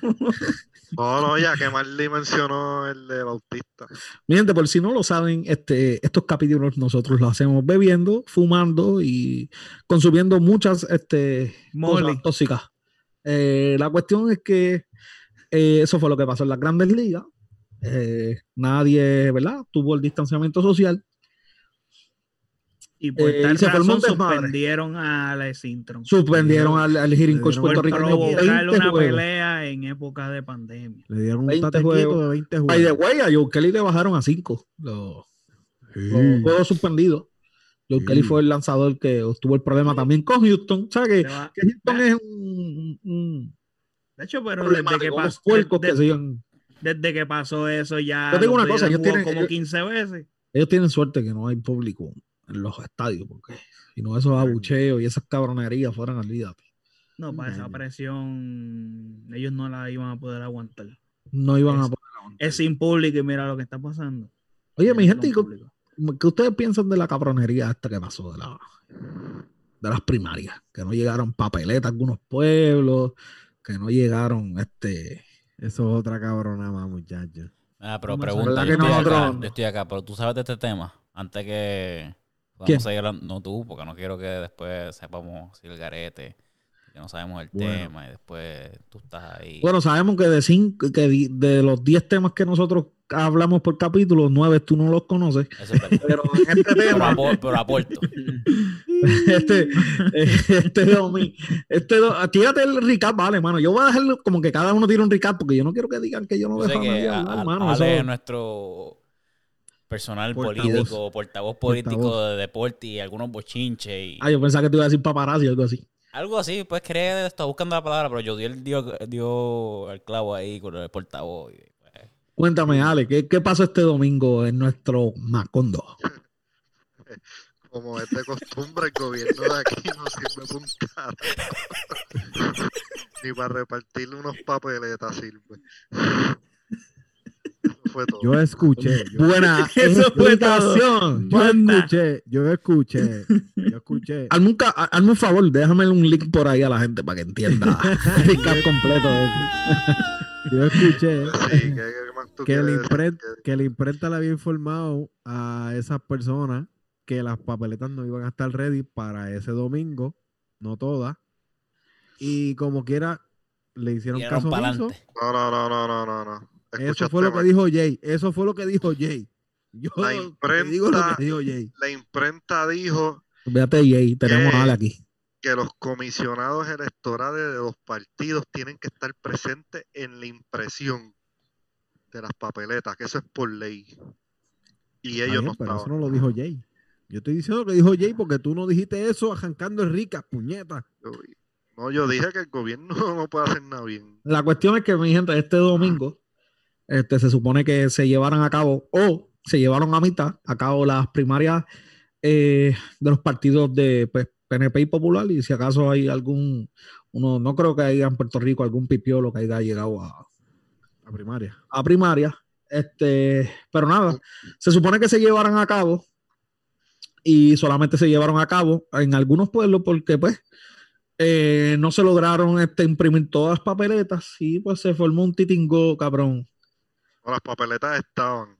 No, no, ya que Marley mencionó el de Bautista.
Mi gente, por si no lo saben, este, estos capítulos nosotros los hacemos bebiendo, fumando y consumiendo muchas este,
Molly.
cosas tóxicas. Eh, la cuestión es que eh, eso fue lo que pasó en las grandes ligas. Eh, nadie, ¿verdad? Tuvo el distanciamiento social.
Y por
Eh, y
tal
se formó un
razón
desmadre.
suspendieron a Alex Sintron.
Suspendieron al, al hitting
Le
coach
dieron
Por
puertorriqueño.
provocar
20
una
juegos.
pelea en época de pandemia.
Le dieron
20
un tate
juegos.
quieto de 20
By the
juegos.
way, a Joe Kelly le bajaron a 5 los, los
Sí.
juegos suspendidos. Joe
Sí.
Kelly fue el lanzador que tuvo el problema también con Houston. O sea que,
Se va-
que Houston es un, un
De hecho, pero
problema
desde
de
que,
unos
pasó,
puercos que
desde,
se llevan-
desde que pasó eso ya.
Yo tengo
los
una cosa,
Raiders
ellos
jugó
tienen-
como
ellos-
15 veces.
Ellos tienen suerte que no hay público en los estadios, porque si no esos abucheos y esas cabronerías fueran olvídate.
No, para esa
Ujú.
presión ellos no la iban a poder aguantar.
No iban a
Es-
poder
Es sin público y mira lo que está pasando.
Oye, mi
Es
gente,
con
¿y qué-
público.
¿qué ustedes piensan de la cabronería esta que pasó de la de las primarias? Que no llegaron papeletas a algunos pueblos, que no llegaron este
Eso es otra cabrona más, muchachos.
Ah, pero
Vamos a
pregunta,
hablar
yo
que
estoy, acá,
nosotros-
yo estoy acá, pero tú sabes de este tema, antes que vamos
¿Quién?
a ir hablando- no tú, porque no quiero que después sepamos si el garete, que no sabemos el
Bueno.
tema y después tú estás ahí.
Bueno, sabemos que de cinco, que di- de los 10 temas que nosotros hablamos por capítulo, 9 tú no los conoces,
Eso es verdad.
pero en este
pero,
tema,
apo- pero aporto.
este, este domi, este do- tírate el recap, vale, hermano. Yo voy a dejarlo como que cada uno tire un recap, porque yo no quiero que digan que yo no
Yo sé
dejo a
que
nadie
a-
hablar,
a-
hermano.
Ale es
Eso-
nuestro personal
Portavoz.
político, portavoz político
Portavoz.
de deporte y algunos bochinches y
Ah, yo pensaba que te iba a decir paparazzi o algo así.
algo así, pues creer, estaba buscando la palabra, pero yo di el dio, dio el clavo ahí con el portavoz. y, pues,
Cuéntame, Ale, ¿qué, qué pasó este domingo en nuestro Macondo?
Como es de costumbre, el gobierno de aquí no sirve para un carajo. Ni para repartirle unos papeletas sirve. Eso fue todo.
Yo escuché, yo,
Buena
Eso fue todo.
explicación.
yo
Manda.
escuché, yo escuché, yo escuché.
Hazme un, ca- hazme un favor, déjame un link por ahí a la gente para que entienda el recap completo. de eso.
Yo escuché
Sí, ¿qué, qué más tú
eh, que
quieres
la,
decir?
imprenta,
Que-
que la imprenta le había informado a esas personas que las papeletas no iban a estar ready para ese domingo, no todas. Y como quiera, le hicieron
dieron
caso
para
omiso.
adelante.
No, no, no, no, no, no, no.
Eso
Escúchate
fue lo que
mal.
dijo Jay. Eso fue lo que dijo Jay. Yo
La
te digo lo
imprenta-
que dijo Jay.
La imprenta dijo
Fíjate, Jay, tenemos
Eh.
a Ale aquí.
que los comisionados electorales de los partidos tienen que estar presentes en la impresión de las papeletas, que eso es por ley. Y
Está
ellos
bien,
no
pero eso
estaban.
no lo dijo Jay. Yo estoy diciendo que dijo Jay porque tú no dijiste eso arrancando el rica, puñeta.
Yo- No, yo dije que el gobierno no puede hacer nada bien.
La cuestión es que, mi gente, este domingo este, se supone que se llevaran a cabo o se llevaron a mitad a cabo las primarias eh, de los partidos de pues, PNP y Popular y si acaso hay algún, uno, no creo que haya en Puerto Rico algún pipiolo que haya llegado a,
La primaria.
a primaria. Este, pero nada, se supone que se llevaran a cabo y solamente se llevaron a cabo en algunos pueblos porque pues eh, no se lograron este, imprimir todas las papeletas y pues se formó un titingo, cabrón.
No, las papeletas estaban.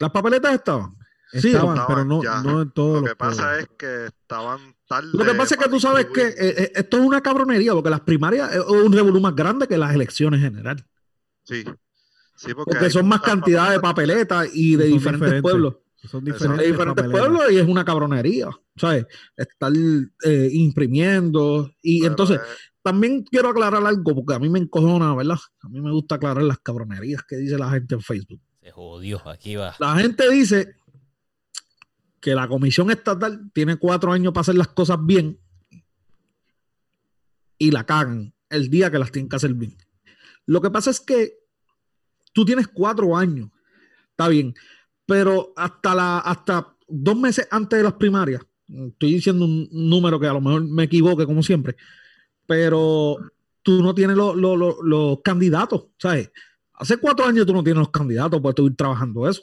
Las papeletas estaban. Sí,
Estaban,
estaban,
pero no,
ya.
no en todos
Lo que
los
pasa
pueblos.
es que estaban tarde.
Lo que pasa es que tú sabes que
incluir.
eh, eh, esto es una cabronería porque las primarias eh, es un revolú más grande que las elecciones en general.
Sí. Sí, porque,
Porque
hay
son más
muchas
cantidad de papeletas y de
Son
diferentes
diferentes.
pueblos.
Son
Exacto.
de
diferentes,
diferentes
papeletas.
pueblos y es una cabronería, ¿sabes? Estar eh, imprimiendo. Y
pero
entonces,
es-
también quiero aclarar algo, porque a mí me encojona, ¿verdad? A mí me gusta aclarar las cabronerías que dice la gente en Facebook.
Se jodió, aquí va.
La gente dice que la comisión estatal tiene cuatro años para hacer las cosas bien y la cagan el día que las tienen que hacer bien. Lo que pasa es que tú tienes cuatro años, está bien, pero hasta, la, hasta dos meses antes de las primarias, estoy diciendo un un número que a lo mejor me equivoque como siempre, pero tú no tienes lo- lo- lo- los candidatos, ¿sabes? Hace cuatro años tú no tienes los candidatos para tú ir trabajando eso.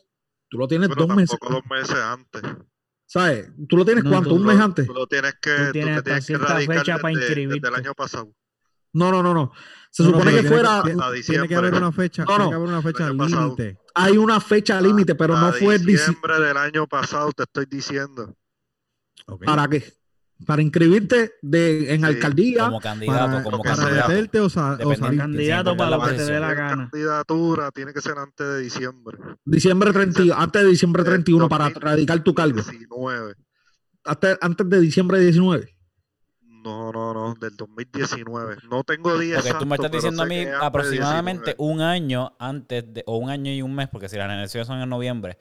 Tú lo tienes
bueno,
pues, dos meses,
tampoco dos meses antes.
¿sabes? Tú lo tienes
No,
cuánto,
tú
un
Tú
mes
lo-
antes.
Tú lo tienes que,
Tú tienes
tú te
hasta
tienes que
cierta
radicar
fecha para
desde- desde el
inscribirte.
año pasado.
No, no, no, no. Se
No, no,
supone
pero
que
tiene
fuera,
tiene-
A
Tiene que
diciembre.
haber una fecha,
No,
tiene
no.
que haber una fecha
año pasado.
límite.
hay una fecha límite, pero no
Hasta
fue dici-
diciembre del año pasado, te estoy diciendo.
Ok.
¿Para qué? Para inscribirte de, en
Sí.
alcandía
Como candidato,
Para-
como
para
para
candidato.
meterte o, sa- o
Dependiente.
salirte.
Candidato
siempre
para lo
la
que te dé
presión.
la
La
gana.
candidatura tiene que ser antes de diciembre.
diciembre 30,
Sí.
antes de diciembre
Eh,
31 para
2000.
radicar tu cargo.
19.
Hasta- antes de diciembre 19.
No, no, no, del 2019. No tengo 10
Porque tú me estás diciendo a mí aproximadamente
un
un año antes de, o un año y un mes, porque si las elecciones son en noviembre.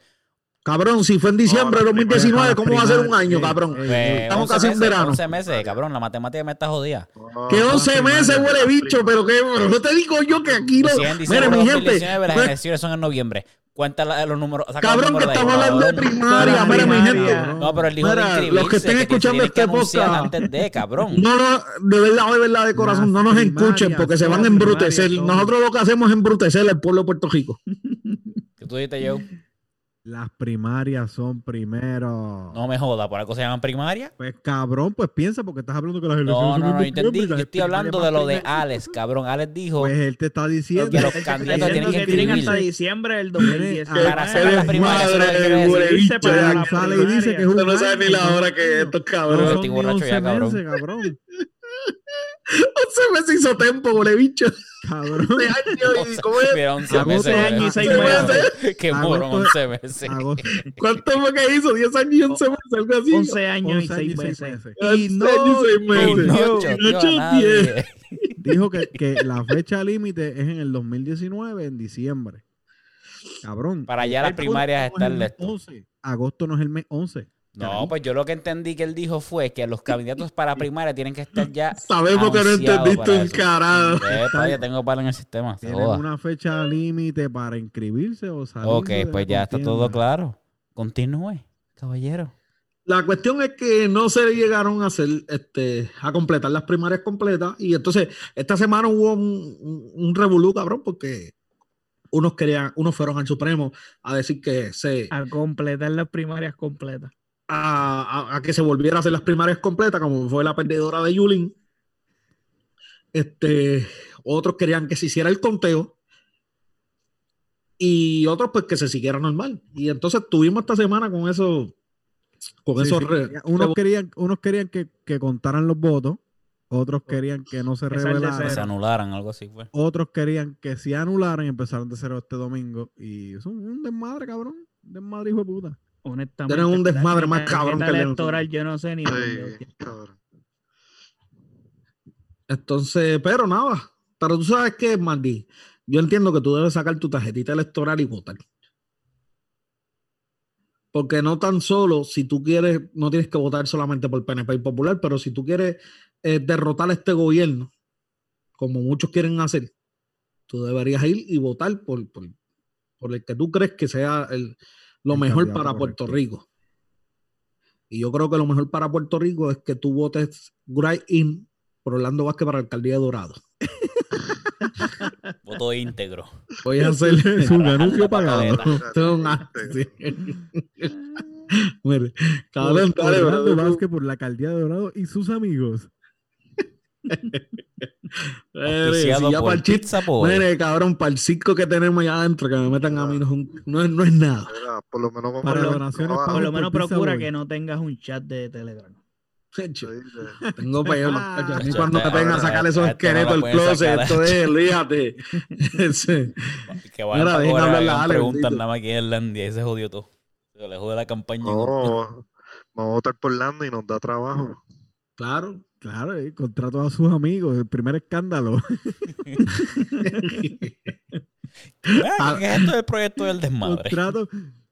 Cabrón, si fue en diciembre de
No, no,
2019,
Para
¿cómo va a ser un
primar-
año,
ey,
cabrón?
ey,
Pues,
ey.
estamos
11
casi en
meses,
verano.
11 meses, cabrón, la matemática me está jodida.
Que
no,
11
no,
meses
no,
huele bicho, pero que bro, no te digo yo que aquí lo.
Si en diciembre
Mira, mi
de
gente,
2019 las
no es-
elecciones son en noviembre. Cuenta la- los números. saca los
cabrón, que
números de ahí,
estamos hablando de
cabrón.
primaria, mira, mi gente.
Primaria.
No, pero el hijo
Mira,
de inscribirse,
los que estén
te
escuchando
tienen
este
que anunciar
podcast,
antes de, cabrón.
No, no, de verdad, de verdad, de corazón, no nos
Las
escuchen porque se van a
primarias,
embrutecer.
son-
Nosotros lo que hacemos es embrutecer al pueblo de Puerto Rico.
Que tú dijiste yo,
Las primarias son primero.
no me joda, por algo se llaman primaria.
Pues cabrón, pues piensa porque estás hablando que las elecciones
No,
son
no,
en
no,
diciembre
entendí.
y
Yo
las
estoy hablando de
primarias
lo de
más
Alex, cabrón. Alex dijo
primarias. Pues él te está diciendo.
que los
Él te está
candidatos tienen
diciendo
que
que tienen hasta
inscribirse.
diciembre del
Para hacer las
2019.
primarias, eso es lo que quiere decir.
huele bicho,
Para
ya.
la
Sale y dice que es un
Tú no sabes ni la
año,
hora que
coño.
estos
No
cabrones.
son
Estoy
ni
borracho
11
ya, cabrón.
meses, cabrón.
11 meses hizo tiempo, huele bicho.
Cabrón.
Este año, ¿y ¿Cómo es?
Mira, 11
Agosto,
meses.
año y
güey.
seis
Qué
Agosto-
morón, 11 meses.
Agosto,
¿Cuánto fue que hizo? 10 años y 11 meses, algo así.
11 años y
11
6 meses.
Y no,
Y
meses.
no choteó a nadie.
Dijo que, que la fecha límite es en el 2019, en diciembre. Cabrón.
Para allá las
El
primarias
agosto no
están
es el mes
listas.
11. Agosto no es el mes 11.
No, pues yo lo que entendí que él dijo fue que los candidatos para primaria tienen que estar ya.
Sabemos que no
anunciados
entendiste
para
un
eso. pues,
carajo.
Epa, ya tengo palo en el sistema. se
Tienen
joda.
una fecha límite para inscribirse o salir.
Ok,
eh,
pues ya está todo claro. Continúe, caballero.
La cuestión es que no se llegaron a hacer, este, a completar las primarias completas. Y entonces, esta semana hubo un, un, un revolú, cabrón, porque unos querían, unos fueron al Supremo a decir que se
A completar las primarias completas.
a, a- a que se volviera a hacer las primarias completas, como fue la perdedora de Yulin. Este, otros querían que se hiciera el conteo. Y otros, pues, que se siguiera normal. Y entonces tuvimos esta semana con eso. Con
Sí,
esos
sí.
re-
Unos querían, unos querían que, que contaran los votos, otros querían que no se
Que sal de
Que
revelaran,
se anularan, algo así fue.
otros querían que se anularan y empezaron de cero este domingo. Y es un, un desmadre, cabrón. Un desmadre, hijo de puta.
honestamente.
Tienen un
la
desmadre más
tarjeta
cabrón que el de
electoral, yo no sé ni dónde.
Sí, cabrón.
Entonces, pero nada. Pero tú sabes qué, Magdi. Yo entiendo que tú debes sacar tu tarjetita electoral y votar. Porque no tan solo si tú quieres, no tienes que votar solamente por PNP y Popular, pero si tú quieres eh, derrotar a este gobierno, como muchos quieren hacer, tú deberías ir y votar por, por, por el que tú crees que sea el- lo
El
mejor
candidato
para Puerto
correcto.
Rico. Y yo creo que lo mejor para Puerto Rico es que tú votes Grind In por Orlando Vázquez para la alcaldía de Dorado.
Voto íntegro.
Voy a hacer
Es un anuncio pagado.
esto un
este,
acto, sí.
Ah.
Mire, cabrón,
Por- por
dale,
Orlando
bro.
Vázquez por la alcaldía de Dorado y sus amigos.
Mire, si
Auspiciado
ya
por
para el eh, chiste,
Pizza Boy.
mire, cabrón, para el circo que tenemos allá adentro, que me metan a mí no es, un- no es- no es nada.
Mira, por lo menos vamos
Para
a-
donaciones
vamos a-
Por
pagas
lo
por
menos
Pizza
procura
Boy.
que no tengas un chat de Telegram.
Sí,
Checho,
de-
Tengo peor, macho. A mí
Chacho,
cuando me
esta-
vengan a sacar esos
esta no la
esqueletos del
pueden
closet,
sacar.
esto es, olvídate. Sí.
Que vayan
Mira,
a
dejen
cobrar,
hablar la
hagan
Ale,
preguntas
bendito.
nada más aquí en Irlandia y se jodió todo. Se le jode la campaña.
Oh.
No, vamos a votar por Lando y nos da trabajo.
Claro.
Claro, eh, contrató a sus amigos. El primer escándalo.
Ah, ¿Qué es esto del proyecto del desmadre?
Contrato,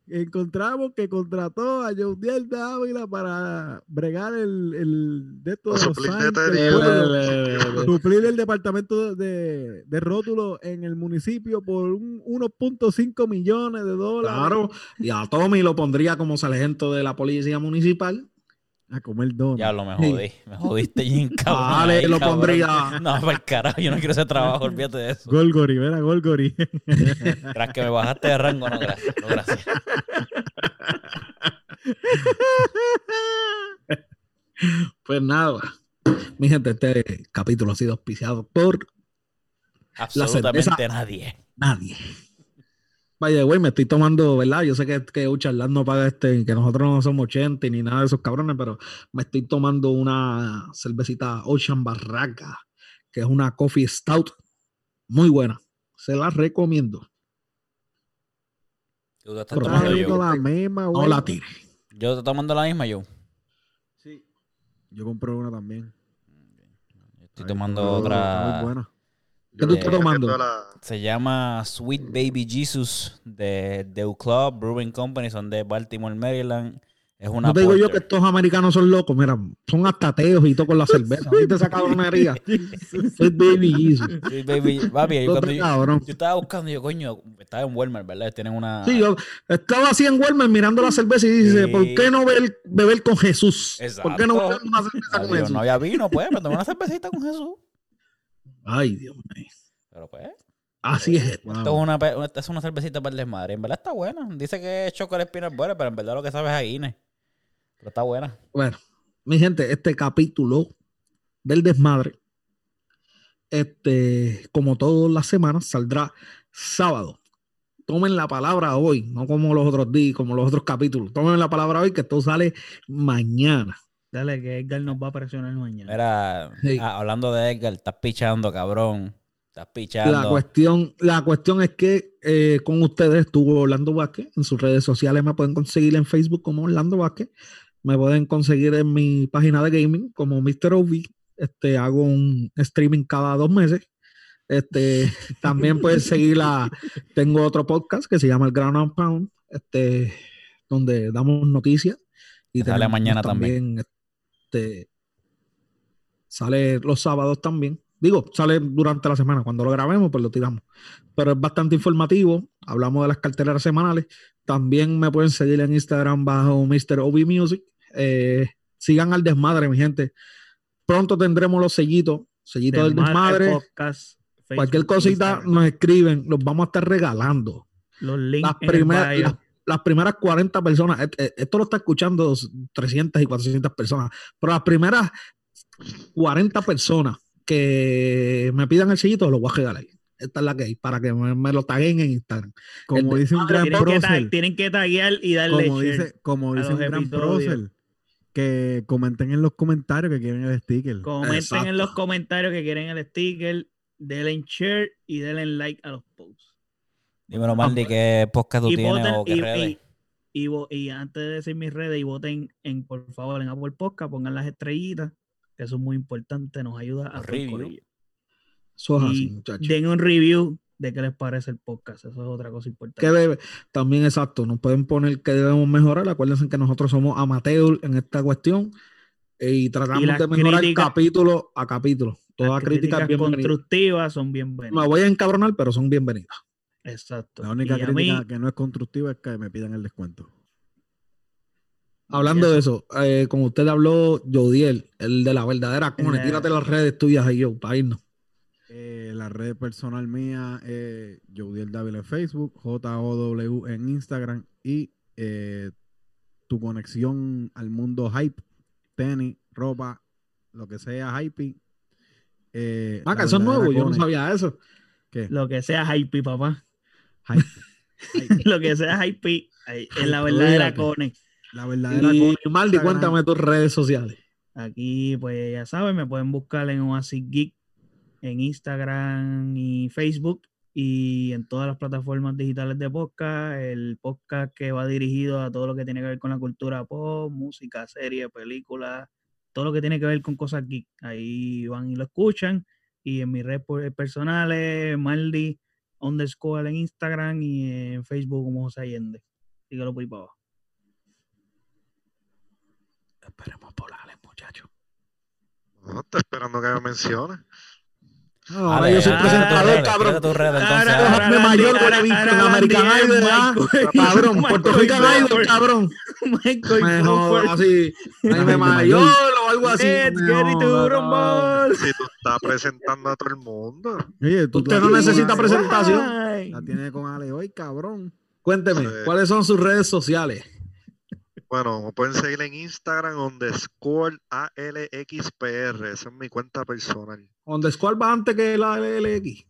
encontramos que contrató a Yaudiel Dávila para bregar el, el de estos
Para suplir de Teddy.
El- el- el- el-
suplir el departamento de, de rótulo en el municipio por un 1.5 millones de dólares.
Claro. Y a Tommy lo pondría como sargento de la policía municipal.
A comer don.
Ya lo me jodí. Me jodiste, Jim, cabrón.
A Ale
ahí,
Ah, lo
cabrón.
pondría.
No, para el carajo, yo no quiero ese trabajo, olvídate de eso.
Golgori, mira, Golgori.
Tras que me bajaste de rango, no, gracias. No, gracias.
Pues nada. Mi gente, este capítulo ha sido auspiciado por
Absolutamente nadie.
nadie. Vaya, güey, me estoy tomando, ¿verdad? Yo sé que, que Ucharlán no paga este, que nosotros no somos 80 ni nada de esos cabrones, pero me estoy tomando una cervecita Ocean Barraca, que es una coffee stout muy buena. Se la recomiendo.
Yo te estás
Pero
tomando
Tomando
Está viendo
yo.
la mema,
No
güey.
la tire.
Yo te tomando la misma, yo.
Yo compré una también.
Estoy
Ay,
tomando
está muy- está Muy
otra.
buena.
¿Qué tú
Yo
estás
creo que
tomando?
toda la-
Se llama Sweet Baby Jesus de Dew Club Brewing Company. Son de Baltimore, Maryland. Es una
No te digo yo que
porter.
estos americanos son locos, mira, son hasta ateos y todo con la cerveza. ¿Viste esa cabronería? Soy baby Jesus.
Sweet Baby. Papi, yo, cuando
Otro
yo,
cabrón.
yo estaba buscando, yo, coño, estaba en Walmart, ¿verdad? Tienen una.
Sí, yo estaba así en Walmart mirando la cerveza y dice,
Sí.
¿por qué no beber, beber con Jesús? ¿Por qué no
Exacto.
beber una cerveza
Ah,
con
digo,
Jesús?
no había vino, pues, pero tomé una cervecita con Jesús.
Ay, Dios mío. Ah,
Pero pues,
Así es esto.
esto es una, pe- esta es una cervecita para el desmadre. En verdad está buena. Dice que es chocolate peanut butter, pero en verdad lo que sabe es a Guinness. Pero está buena.
Bueno, mi gente, este capítulo del desmadre, este, como todas las semanas, saldrá sábado. Tomen la palabra hoy, no como los otros días, como los otros capítulos. Tomen la palabra hoy, que esto sale mañana.
Dale, que Edgar nos va a presionar mañana.
Mira,
Sí.
ah, hablando de Edgar, estás pichando, cabrón. Estás pichando.
La cuestión, la cuestión es que eh, con ustedes estuvo Orlando Vázquez. En sus redes sociales me pueden conseguir en Facebook como Orlando Vázquez. Me pueden conseguir en mi página de gaming como Mr. OV. Este, hago un streaming cada dos meses. Este, también pueden seguir la. Tengo otro podcast que se llama El Ground and Pound, este, donde damos noticias. Y
Que sale
tenemos
mañana también.
Este, sale los sábados también. Digo, sale durante la semana. Cuando lo grabemos, pues lo tiramos. Pero es bastante informativo. Hablamos de las carteleras semanales. También me pueden seguir en Instagram bajo Mr. Obi Music. Eh, sigan al desmadre, mi gente. Pronto tendremos los sellitos. Sellitos del
Desmadre,
desmadre.
podcast, Facebook,
Cualquier cosita
Instagram.
nos escriben, los vamos a estar regalando.
Los links
Las,
en el
primeras-
bio.
las, las primeras 40 personas, et- et- esto lo está escuchando 300 y 400 personas, pero las primeras 40 personas que me pidan el sellito, lo voy a regalar. Esta es la que hay, para que me, me lo taguen en Instagram.
Como dice un gran
tienen, Este, que
prócer.
tag- tienen que taguear y darle
como
share.
dice, como
a
dice
los
un gran
episodios.
prócer, que comenten en los comentarios que quieren el sticker.
Comenten
Exacto.
en los comentarios que quieren el sticker, denle en share y denle en like a los posts.
Ah,
Dímelo, Maldi, qué podcast tú
Y
tienes
voten,
o qué
y,
redes.
y- Y, vo- y antes de decir mis redes, y voten en, por favor, en Apple Podcast, pongan las estrellitas, que eso es muy importante, nos ayuda a
Los
hacer
reviews.
corillo.
Eso es así,
Y
muchachos.
den un review de qué les parece el podcast, eso es otra cosa
¿Qué
importante.
debe? También exacto, nos pueden poner que debemos mejorar. Acuérdense que nosotros somos amateur en esta cuestión eh, y tratamos
Y las
de mejorar
críticas-
capítulo a capítulo. Toda
Las
crítica es
críticas
bienvenida.
constructivas son bienvenidas.
Me voy a encabronar, pero son bienvenidas.
Exacto.
La única
Y a
crítica
mí-
que no es constructiva es que me pidan el descuento.
Hablando de eso, eh, como usted habló, Jodiel, el de la verdadera cone,
Eh.
tírate las redes tuyas ahí, yo, para irnos.
Eh, la red personal mía es Jodiel Dávila en Facebook, J-O-W en Instagram y eh, tu conexión al mundo hype, tenis, ropa, lo que sea hype. Eh,
Ah,
la
que eso es
verdadera
nuevo, yo no
Cone.
sabía eso.
¿Qué?
Lo que sea hype, papá.
Hype.
Lo que sea hype ahí, en la
Hype,
pues.
verdadera
olvídate.
cone.
La verdadera
Y,
Cone.
Maldi,
Instagram.
cuéntame tus redes sociales.
Aquí, pues ya saben, me pueden buscar en Oasis Geek, en Instagram y Facebook y en todas las plataformas digitales de podcast. El podcast que va dirigido a todo lo que tiene que ver con la cultura pop, música, series, películas, todo lo que tiene que ver con cosas geek. Ahí van y lo escuchan. Y en mis redes por- personales, Maldi underscore en Instagram y en Facebook como José Allende. Dígalo por ahí para abajo.
Esperemos por Alex, muchachos.
No, estoy esperando que me mencione.
Ah,
Ahora Ah, yo soy
Ale,
presentador,
ale,
cabrón. Ah,
Tu red, entonces,
Ahora,
ahora.
ahora, Hazme mayor,
ahora,
Buenavista,
ahora,
en
ahora,
American
Andy es
Idol, ¿verdad?
Michael-
Cabrón,
Michael
Puerto Rican Idol,
Crawford.
cabrón.
Michael
Me
Crawford.
joda, así. Jaime
Jaime
Mayor
Mayor.
o algo así.
Let's
Me
get it to
joda,
Rumble.
cabrón.
Si tú estás presentando a todo el mundo.
Oye, tú-
Usted
la
no
tienes
necesita
con Ale hoy.
presentación.
Ay.
La tiene con Ale hoy, cabrón.
Cuénteme,
Sí.
¿cuáles son sus redes sociales?
Bueno, me pueden seguir en Instagram underscore ALXPR. Esa es mi cuenta personal.
¿Dónde cuál va antes que la LLX?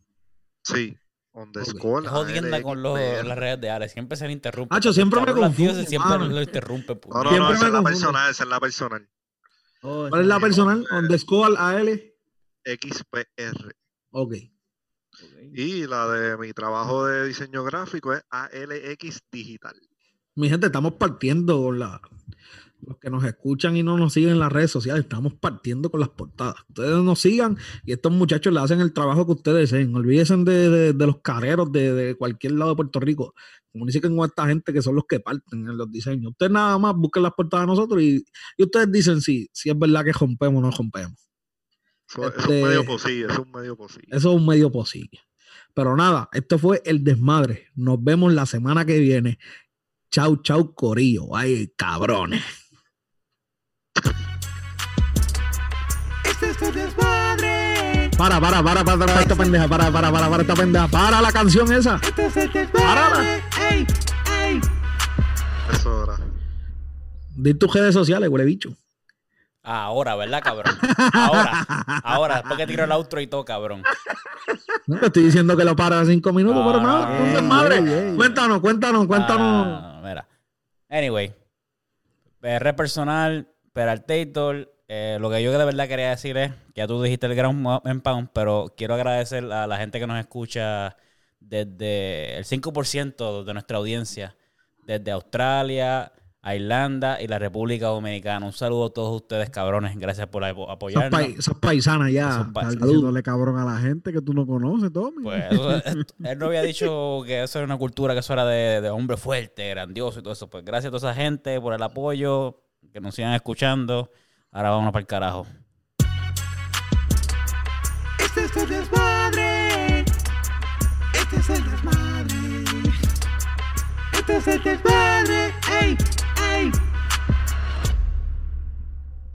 Sí, underscore
Qué Jodienda con los-
ALXPR.
las redes de Alex. Siempre se le interrumpe.
Nacho, siempre me Ah.
Cabrón, las
confunde,
dioses siempre
mano.
lo interrumpe. puto.
No, no,
Siempre
no, esa
me
es la
confundo.
personal, esa es la personal.
Oh,
¿Cuál es la
sí,
personal? ¿Dónde a L?
XPR.
Ok.
ok.
Y la de mi trabajo de diseño gráfico es ALX Digital.
Mi gente, estamos partiendo con la... Los que nos escuchan y no nos siguen en las redes sociales, estamos partiendo con las portadas. Ustedes nos sigan y estos muchachos le hacen el trabajo que ustedes deseen. Olvídense de, de- de los carreros de, de cualquier lado de Puerto Rico. Comuniquen con esta gente que son los que parten en los diseños. Ustedes nada más busquen las portadas de nosotros y, y ustedes dicen si, si es verdad que rompemos o no rompemos.
Eso, eso
Este-
es medio posible, eso es un medio posible.
Eso es un medio posible. Pero nada, esto fue el desmadre. Nos vemos la semana que viene. Chau, chau, Corillo. Ay, cabrones. este Para, para, para, para, para esta pendeja, para, para, para, para esta pendeja, para la canción esa. Para.
Eso era.
Di tus redes sociales, huele bicho.
Ahora, ¿verdad, cabrón? Ahora, ahora, después que tiro el outro y todo, cabrón.
No te estoy diciendo que lo para cinco minutos, pero
Ah,
nada,
ey,
entonces madre.
ey, ey.
Cuéntanos, cuéntanos, cuéntanos.
Ah, mira. Anyway, PR personal, Peraltator. Eh, lo que yo de verdad quería decir es que ya tú dijiste el ground mo- and pound, pero quiero agradecer a la gente que nos escucha desde el 5% de nuestra audiencia, desde Australia, a Irlanda y la República Dominicana. Un saludo a todos ustedes, cabrones. Gracias por apo-
esas,
apoyarnos.
pai- esas paisanas ya.
Esas pa-
Estás
Salud.
diciéndole cabrón a la gente que tú no conoces, Tommy.
Pues eso- esto- él no había dicho que eso era una cultura, que eso era de, de hombre fuerte, grandioso y todo eso. Pues gracias a toda esa gente por el apoyo, que nos sigan escuchando. Ahora vámonos para el carajo.
este Este
Este es el desmadre. Ey, ey.